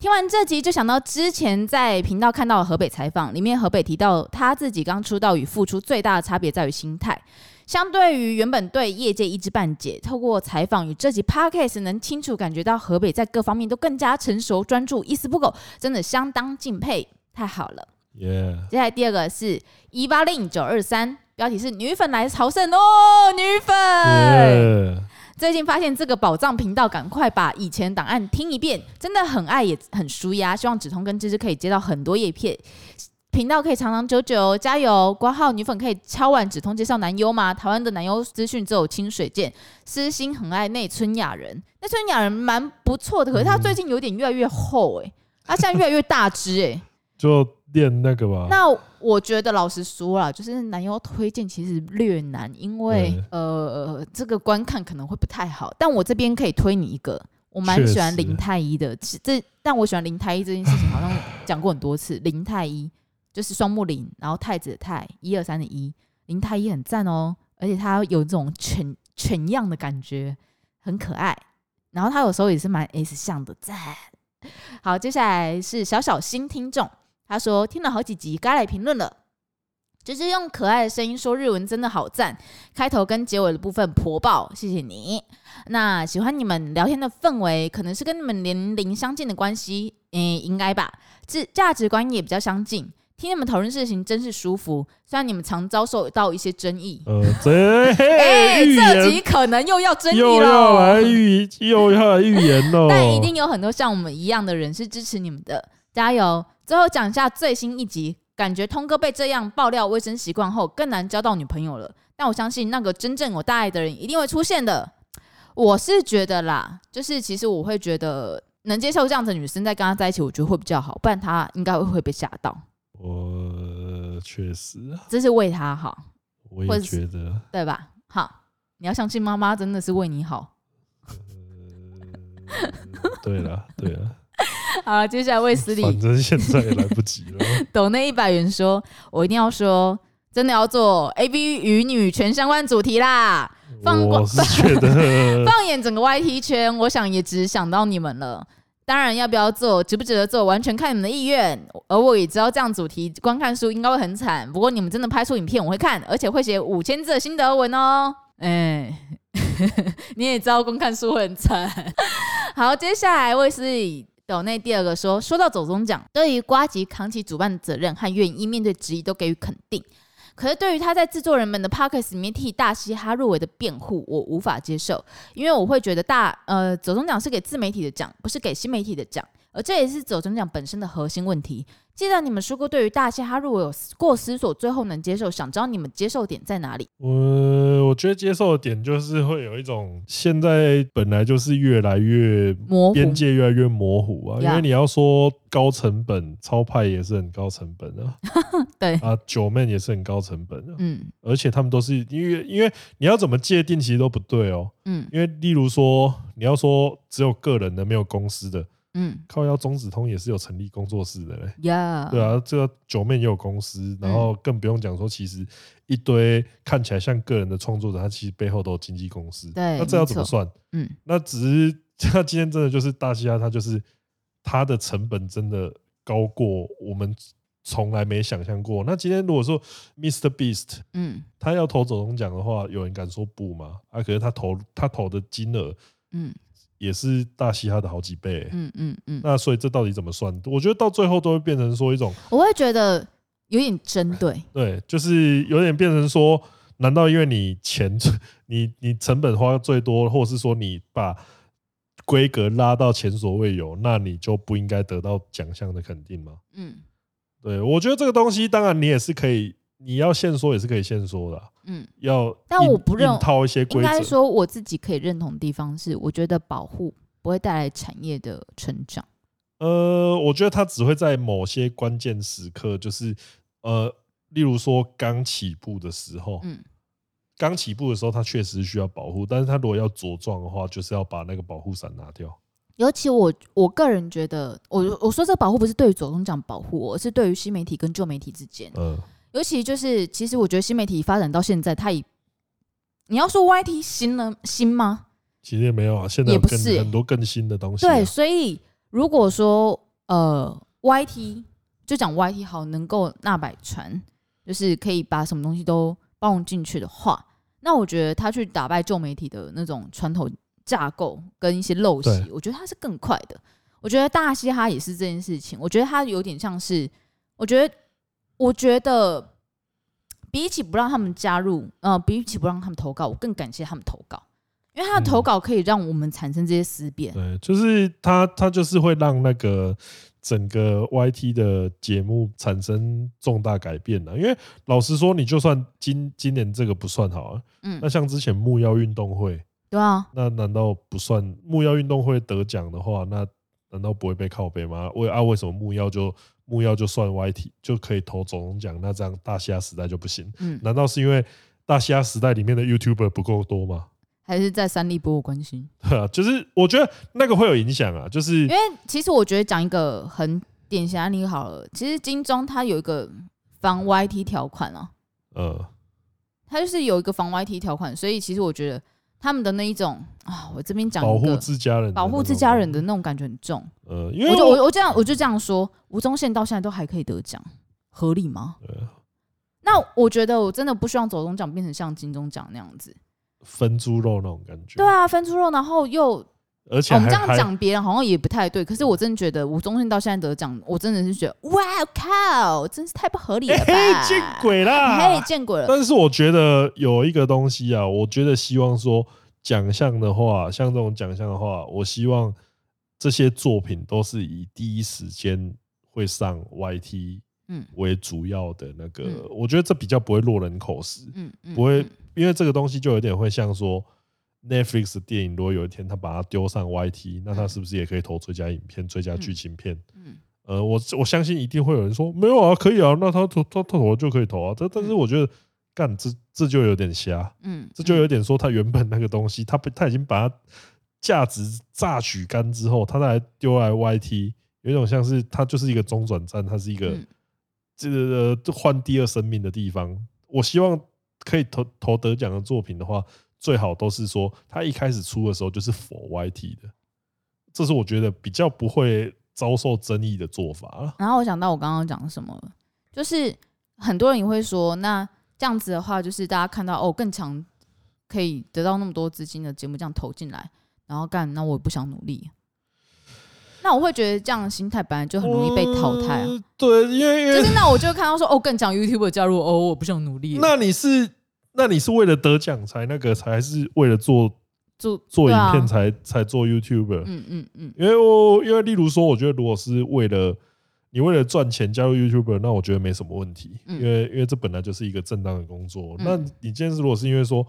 Speaker 2: 听完这集就想到之前在频道看到的河北采访，里面河北提到他自己刚出道与复出最大的差别在于心态。相对于原本对业界一知半解，透过采访与这集 podcast 能清楚感觉到河北在各方面都更加成熟、专注、一丝不苟，真的相当敬佩，太好了。
Speaker 1: Yeah，
Speaker 2: 接下来第二个是一八零九二三，标题是“女粉来朝圣哦，女粉”。呃
Speaker 1: Yeah
Speaker 2: 最近发现这个宝藏频道，赶快把以前档案听一遍，真的很爱也很舒压。希望止痛跟芝芝可以接到很多叶片，频道可以长长久久，加油！挂号女粉可以敲碗止痛介绍男优吗？台湾的男优资讯只有清水健，私心很爱内村雅人，内村雅人蛮不错的，可是他最近有点越来越厚哎、他现在越来越大只哎、
Speaker 1: 就练那个吧。
Speaker 2: 那我觉得老实说啦，就是男优推荐其实略难，因为呃这个观看可能会不太好。但我这边可以推你一个，我蛮
Speaker 1: 确
Speaker 2: 喜欢
Speaker 1: 实
Speaker 2: 林太一的。其这但我喜欢林太一这件事情，好像讲过很多次。林太一就是双木林，然后太子的太，一二三的一，林太一很赞哦，而且他有这种犬犬样的感觉，很可爱。然后他有时候也是蛮 S 像的，赞。好，接下来是小小新听众，他说听了好几集，该来评论了。就是用可爱的声音说日文，真的好赞！开头跟结尾的部分婆爆，谢谢你。那喜欢你们聊天的氛围，可能是跟你们年龄相近的关系，嗯，应该吧。这价值观也比较相近，听你们讨论事情真是舒服。虽然你们常遭受到一些争议，
Speaker 1: 呃， 这
Speaker 2: 哎、
Speaker 1: 嘿预
Speaker 2: 这
Speaker 1: 言
Speaker 2: 集可能又要争议
Speaker 1: 又要来
Speaker 2: 了。
Speaker 1: 预又要来预言哦喽。
Speaker 2: 但一定有很多像我们一样的人是支持你们的，加油！最后讲一下最新一集，感觉通哥被这样爆料卫生习惯后，更难交到女朋友了。但我相信那个真正有大爱的人一定会出现的。 我是觉得啦，就是其实我会觉得嗯能接受这样子的女生在跟他在一起，我觉得会比较好，不然他应该会会被吓到。
Speaker 1: 我确实啊，
Speaker 2: 这是为他好，
Speaker 1: 我
Speaker 2: 或
Speaker 1: 也
Speaker 2: 者是
Speaker 1: 觉得，
Speaker 2: 对吧？好，你要相信妈妈真的是为你好。
Speaker 1: 对了，对 了，
Speaker 2: 好了，接下来为斯
Speaker 1: 反
Speaker 2: 里
Speaker 1: 正现在也来不及了。
Speaker 2: 抖那一百元说，我一定要说，真的要做 A B 与女权相关主题啦。放过
Speaker 1: 我是觉得
Speaker 2: 放眼整个 YT 圈，我想也只想到你们了。当然，要不要做，值不值得做，完全看你们的意愿。而我也知道这样主题光看书应该会很惨，不过你们真的拍出影片，我会看，而且会写五千字的心得文哦。哎、你也知道光看书会很惨。好，接下来卫斯理斗内第二个说，说到走中奖，对于瓜吉扛起主办责任和愿意面对质疑都给予肯定。可是对于他在制作人们的 p o c k e t 里面替大嘻哈入围的辩护，我无法接受。因为我会觉得大呃走中奖是给自媒体的奖，不是给新媒体的奖，而这也是走中奖本身的核心问题。既然你们说过对于大嘻哈如果有过失所最后能接受，想知道你们接受点在哪里？
Speaker 1: 我我觉得接受的点就是会有一种现在本来就是越来越
Speaker 2: 模糊
Speaker 1: 边界越来越模糊啊，
Speaker 2: Yeah
Speaker 1: 因为你要说高成本，超派也是很高成本啊，
Speaker 2: 对
Speaker 1: 啊，九妹也是很高成本啊，
Speaker 2: 嗯
Speaker 1: 而且他们都是因为因为你要怎么界定其实都不对哦，
Speaker 2: 嗯
Speaker 1: 因为例如说你要说只有个人的没有公司的，
Speaker 2: 嗯
Speaker 1: 靠腰中子通也是有成立工作室的嘞，
Speaker 2: 呀，
Speaker 1: 对啊，这个九妹也有公司，然后
Speaker 2: 嗯
Speaker 1: 更不用讲说，其实一堆看起来像个人的创作者，他其实背后都有经纪公司。
Speaker 2: 对
Speaker 1: 那这要怎么
Speaker 2: 没错
Speaker 1: 算？
Speaker 2: 嗯
Speaker 1: 那只是他今天真的就是大西亚，他就是他的成本真的高过我们从来没想象过。那今天如果说 Mr. Beast
Speaker 2: 嗯
Speaker 1: 他要投走中奖的话，有人敢说不吗？啊，可是他投他投的金额
Speaker 2: 嗯
Speaker 1: 也是大西亚的好几倍欸、
Speaker 2: 嗯嗯嗯，
Speaker 1: 那所以这到底怎么算？我觉得到最后都会变成说一种。
Speaker 2: 我会觉得有点针对，
Speaker 1: 对，就是有点变成说，难道因为你钱你你成本花最多，或是说你把规格拉到前所未有，那你就不应该得到奖项的肯定吗？
Speaker 2: 嗯
Speaker 1: 对，我觉得这个东西，当然你也是可以，你要现说也是可以现说的啊、
Speaker 2: 嗯。
Speaker 1: 要
Speaker 2: 但
Speaker 1: 硬
Speaker 2: 我不认
Speaker 1: 硬套一些
Speaker 2: 应
Speaker 1: 规
Speaker 2: 该
Speaker 1: 则。
Speaker 2: 说我自己可以认同的地方是，我觉得保护不会带来产业的成长。
Speaker 1: 呃，我觉得它只会在某些关键时刻，就是呃，例如说刚起步的时候，
Speaker 2: 嗯
Speaker 1: 刚起步的时候，它确实需要保护，但是它如果要茁壮的话，就是要把那个保护伞拿掉。
Speaker 2: 尤其我我个人觉得，我我说这个保护不是对于左中奖保护我，而是对于新媒体跟旧媒体之间。
Speaker 1: 嗯，
Speaker 2: 尤其就是，其实我觉得新媒体发展到现在，它已你要说 YT 新了新吗？
Speaker 1: 其实也没有啊，现在有
Speaker 2: 也不
Speaker 1: 更
Speaker 2: 是欸
Speaker 1: 很多更新的东西啊、
Speaker 2: 对，所以如果说呃 YT 就讲 YT 好能够纳百川，就是可以把什么东西都包容进去的话，那我觉得他去打败旧媒体的那种传统架构跟一些陋习
Speaker 1: 对，
Speaker 2: 我觉得他是更快的。我觉得大嘻哈也是这件事情，我觉得他有点像是，我觉得我觉得比起不让他们加入，呃，比起不让他们投稿，我更感谢他们投稿。因为他的投
Speaker 1: 嗯
Speaker 2: 稿可以让我们产生这些思辨，
Speaker 1: 对，就是它它就是会让那个整个 YT 的节目产生重大改变啊的、因为老实说，你就算今今年这个不算好、啊，
Speaker 2: 嗯
Speaker 1: 那，像之前木曜运动会，
Speaker 2: 对啊，
Speaker 1: 那难道不算木曜运动会得奖的话，那难道不会被靠背吗？为啊，为什么木曜就木曜就算 YT 就可以投总奖？那这样大虾时代就不行？
Speaker 2: 嗯，
Speaker 1: 难道是因为大虾时代里面的 YouTuber 不够多吗？
Speaker 2: 还是在三立博物关心。
Speaker 1: 对啊，就是我觉得那个会有影响啊，就是
Speaker 2: 因为其实我觉得讲一个很典型的案例好了，其实金钟它有一个防 YT 条款啊，
Speaker 1: 呃，
Speaker 2: 它就是有一个防 YT 条款，所以其实我觉得他们的那一种啊，我这边讲
Speaker 1: 保
Speaker 2: 一
Speaker 1: 护
Speaker 2: 个
Speaker 1: 自家人的那种，
Speaker 2: 保护自家人的那种感觉很重。
Speaker 1: 呃，因为
Speaker 2: 我就我我这样我就这样说，吴宗宪到现在都还可以得奖，合理吗？
Speaker 1: 呃
Speaker 2: 那我觉得我真的不希望走中奖变成像金钟奖那样子。
Speaker 1: 分猪肉那种感觉，
Speaker 2: 对，啊，分猪肉，然后又
Speaker 1: 而且
Speaker 2: 我
Speaker 1: 还
Speaker 2: 们哦这样
Speaker 1: 还
Speaker 2: 讲别人好像也不太对，可是我真的觉得吴宗宪到现在得奖，我真的是觉得哇靠，真是太不合理了
Speaker 1: 嘿
Speaker 2: 吧！
Speaker 1: 嘿哎见鬼啊啦！
Speaker 2: 嘿，见鬼 了！
Speaker 1: 但是我觉得有一个东西啊，我觉得希望说奖项的话，像这种奖项的话，我希望这些作品都是以第一时间会上 YT
Speaker 2: 嗯
Speaker 1: 为主要的那个，
Speaker 2: 嗯
Speaker 1: 我觉得这比较不会落人口实，
Speaker 2: 嗯嗯，
Speaker 1: 不会
Speaker 2: 嗯，
Speaker 1: 因为这个东西就有点会像说。Netflix 的电影，如果有一天他把它丢上 YT，那他
Speaker 2: 嗯
Speaker 1: 是不是也可以投最佳影片、最佳剧情片？
Speaker 2: 嗯
Speaker 1: 呃，我我相信一定会有人说没有啊，可以啊，那他投他他投就可以投啊。但但是我觉得，干这这就有点瞎，
Speaker 2: 嗯，
Speaker 1: 这就有点说他原本那个东西，他被他已经把它价值榨取干之后，他再来丢来 YT，有一种像是它就是一个中转站，它是一个
Speaker 2: 嗯
Speaker 1: 这个呃换第二生命的地方。我希望可以投投得奖的作品的话，最好都是说他一开始出的时候就是否 YT 的，这是我觉得比较不会遭受争议的做法啊。
Speaker 2: 然后我想到我刚刚讲什么了，就是很多人也会说，那这样子的话，就是大家看到哦更强可以得到那么多资金的节目这样投进来，然后干，那我也不想努力。那我会觉得这样的心态本来就很容易被淘汰、啊，
Speaker 1: 呃对，因为因为
Speaker 2: 就是那我就会看到说哦更强 YouTube 加入哦，我不想努力了，
Speaker 1: 那你是那你是为了得奖才那个才，还是为了做
Speaker 2: 做
Speaker 1: 做
Speaker 2: 对
Speaker 1: 影
Speaker 2: 啊
Speaker 1: 片才、才做 YouTuber？、
Speaker 2: 嗯嗯嗯，
Speaker 1: 因为我因为例如说，我觉得如果是为了你为了赚钱加入 YouTuber，那我觉得没什么问题，
Speaker 2: 嗯
Speaker 1: 因为因为这本来就是一个正当的工作。
Speaker 2: 嗯
Speaker 1: 那你今天如果是因为说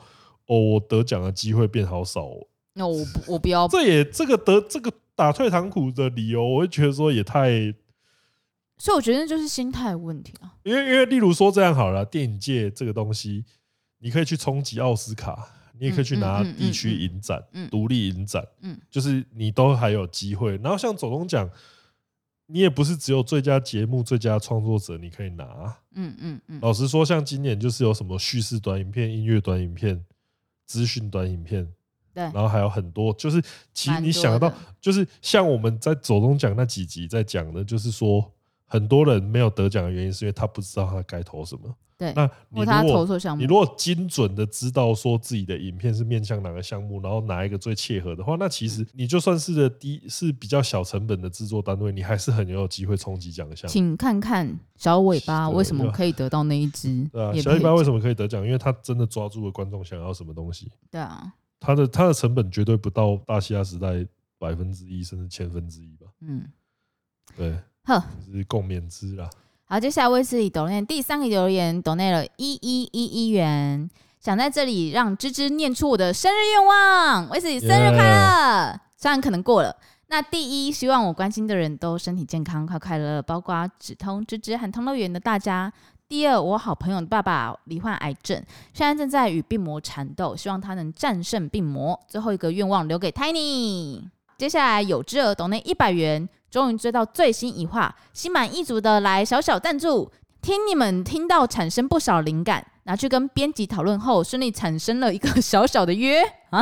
Speaker 1: 哦，我得奖的机会变好少，哦
Speaker 2: 那我不我不要，
Speaker 1: 这也这个得这个打退堂鼓的理由，我会觉得说也太
Speaker 2: 所以我觉得就是心态问题啊，
Speaker 1: 因为因为例如说这样好了，电影界这个东西，你可以去冲击奥斯卡，你也可以去拿
Speaker 2: 嗯嗯嗯
Speaker 1: 地区影展
Speaker 2: 嗯、
Speaker 1: 独、立影展，
Speaker 2: 嗯
Speaker 1: 就是你都还有机会。然后像走中奖，你也不是只有最佳节目、最佳创作者你可以拿。
Speaker 2: 嗯嗯嗯，
Speaker 1: 老实说，像今年就是有什么叙事短影片、音乐短影片、资讯短影片，
Speaker 2: 对
Speaker 1: 然后还有很多，就是其实
Speaker 2: 蛮
Speaker 1: 你
Speaker 2: 多
Speaker 1: 想得到
Speaker 2: 的，
Speaker 1: 就是像我们在走中奖那几集在讲的，就是说很多人没有得奖的原因是因为他不知道他该投什么。
Speaker 2: 对
Speaker 1: 那你
Speaker 2: 或他
Speaker 1: 如
Speaker 2: 投
Speaker 1: 果
Speaker 2: 错项
Speaker 1: 你
Speaker 2: 目，
Speaker 1: 如果精准的知道说自己的影片是面向哪个项目，然后哪一个最切合的话，那其实你就算是的低是比较小成本的制作单位，你还是很有机会冲击奖项。
Speaker 2: 请看看小尾巴
Speaker 1: 对
Speaker 2: 为什
Speaker 1: 对吧
Speaker 2: 么可以得到那一只
Speaker 1: 对啊，
Speaker 2: 也
Speaker 1: 小尾巴
Speaker 2: 配
Speaker 1: 为什么可以得奖？因为他真的抓住了观众想要什么东西，
Speaker 2: 对啊，
Speaker 1: 他的他的成本绝对不到大西亚时代百分之一甚至千分之一吧。
Speaker 2: 嗯，
Speaker 1: 对，
Speaker 2: 呵，
Speaker 1: 就是共勉之啦。
Speaker 2: 好，接下来威斯里抖内第三个留言，抖内了一一一一元，想在这里让芝芝念出我的生日愿望，威斯里生日快乐虽然可能过了。那第一，希望我关心的人都身体健康、快快乐乐，包括止通、芝芝和通乐园的大家。第二，我好朋友的爸爸罹患癌症，现在正在与病魔缠斗，希望他能战胜病魔。最后一个愿望留给 Tiny。接下来有知儿懂那一百元，终于追到最新一话，心满意足的来小小赞助，听你们听到产生不少灵感，拿去跟编辑讨论后，顺利产生了一个小小的约啊。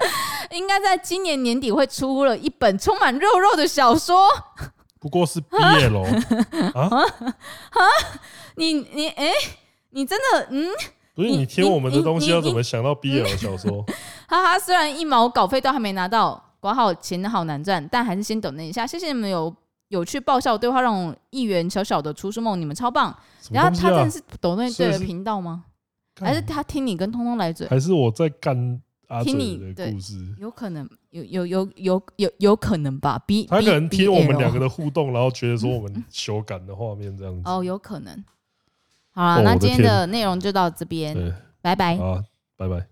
Speaker 2: 应该在今年年底会出了一本充满肉肉的小说。
Speaker 1: 不过 是毕业楼啊，
Speaker 2: 你你哎、你真的嗯，
Speaker 1: 不是
Speaker 2: 你
Speaker 1: 你听我们的东西
Speaker 2: 你
Speaker 1: 要
Speaker 2: 你
Speaker 1: 怎么想到毕业楼小 说？
Speaker 2: 哈哈，虽然一毛稿费都还没拿到，挂号钱好难赚，但还是先等那一下。谢谢你们有有趣爆笑的对话，让我一圆小小的出书梦，你们超棒。
Speaker 1: 什
Speaker 2: 然
Speaker 1: 么
Speaker 2: 后
Speaker 1: 东西
Speaker 2: 他真
Speaker 1: 啊
Speaker 2: 的？是抖那
Speaker 1: 所以
Speaker 2: 对的
Speaker 1: 是
Speaker 2: 频道吗？
Speaker 1: 干
Speaker 2: 还是他听你跟通通来嘴？
Speaker 1: 还是我在干阿
Speaker 2: 听
Speaker 1: 嘴
Speaker 2: 你
Speaker 1: 的
Speaker 2: 对
Speaker 1: 故事？
Speaker 2: 有可能，有有有有有有可能吧。比
Speaker 1: 他可能
Speaker 2: 比
Speaker 1: 听我们
Speaker 2: BL
Speaker 1: 两个的互动，然后觉得说我 们修改的画面这样子。
Speaker 2: 哦，有可能。好了，
Speaker 1: 哦我
Speaker 2: 那
Speaker 1: 的
Speaker 2: 今天
Speaker 1: 天
Speaker 2: 的内容就到这边，
Speaker 1: 对
Speaker 2: 拜拜。
Speaker 1: 啊，拜拜。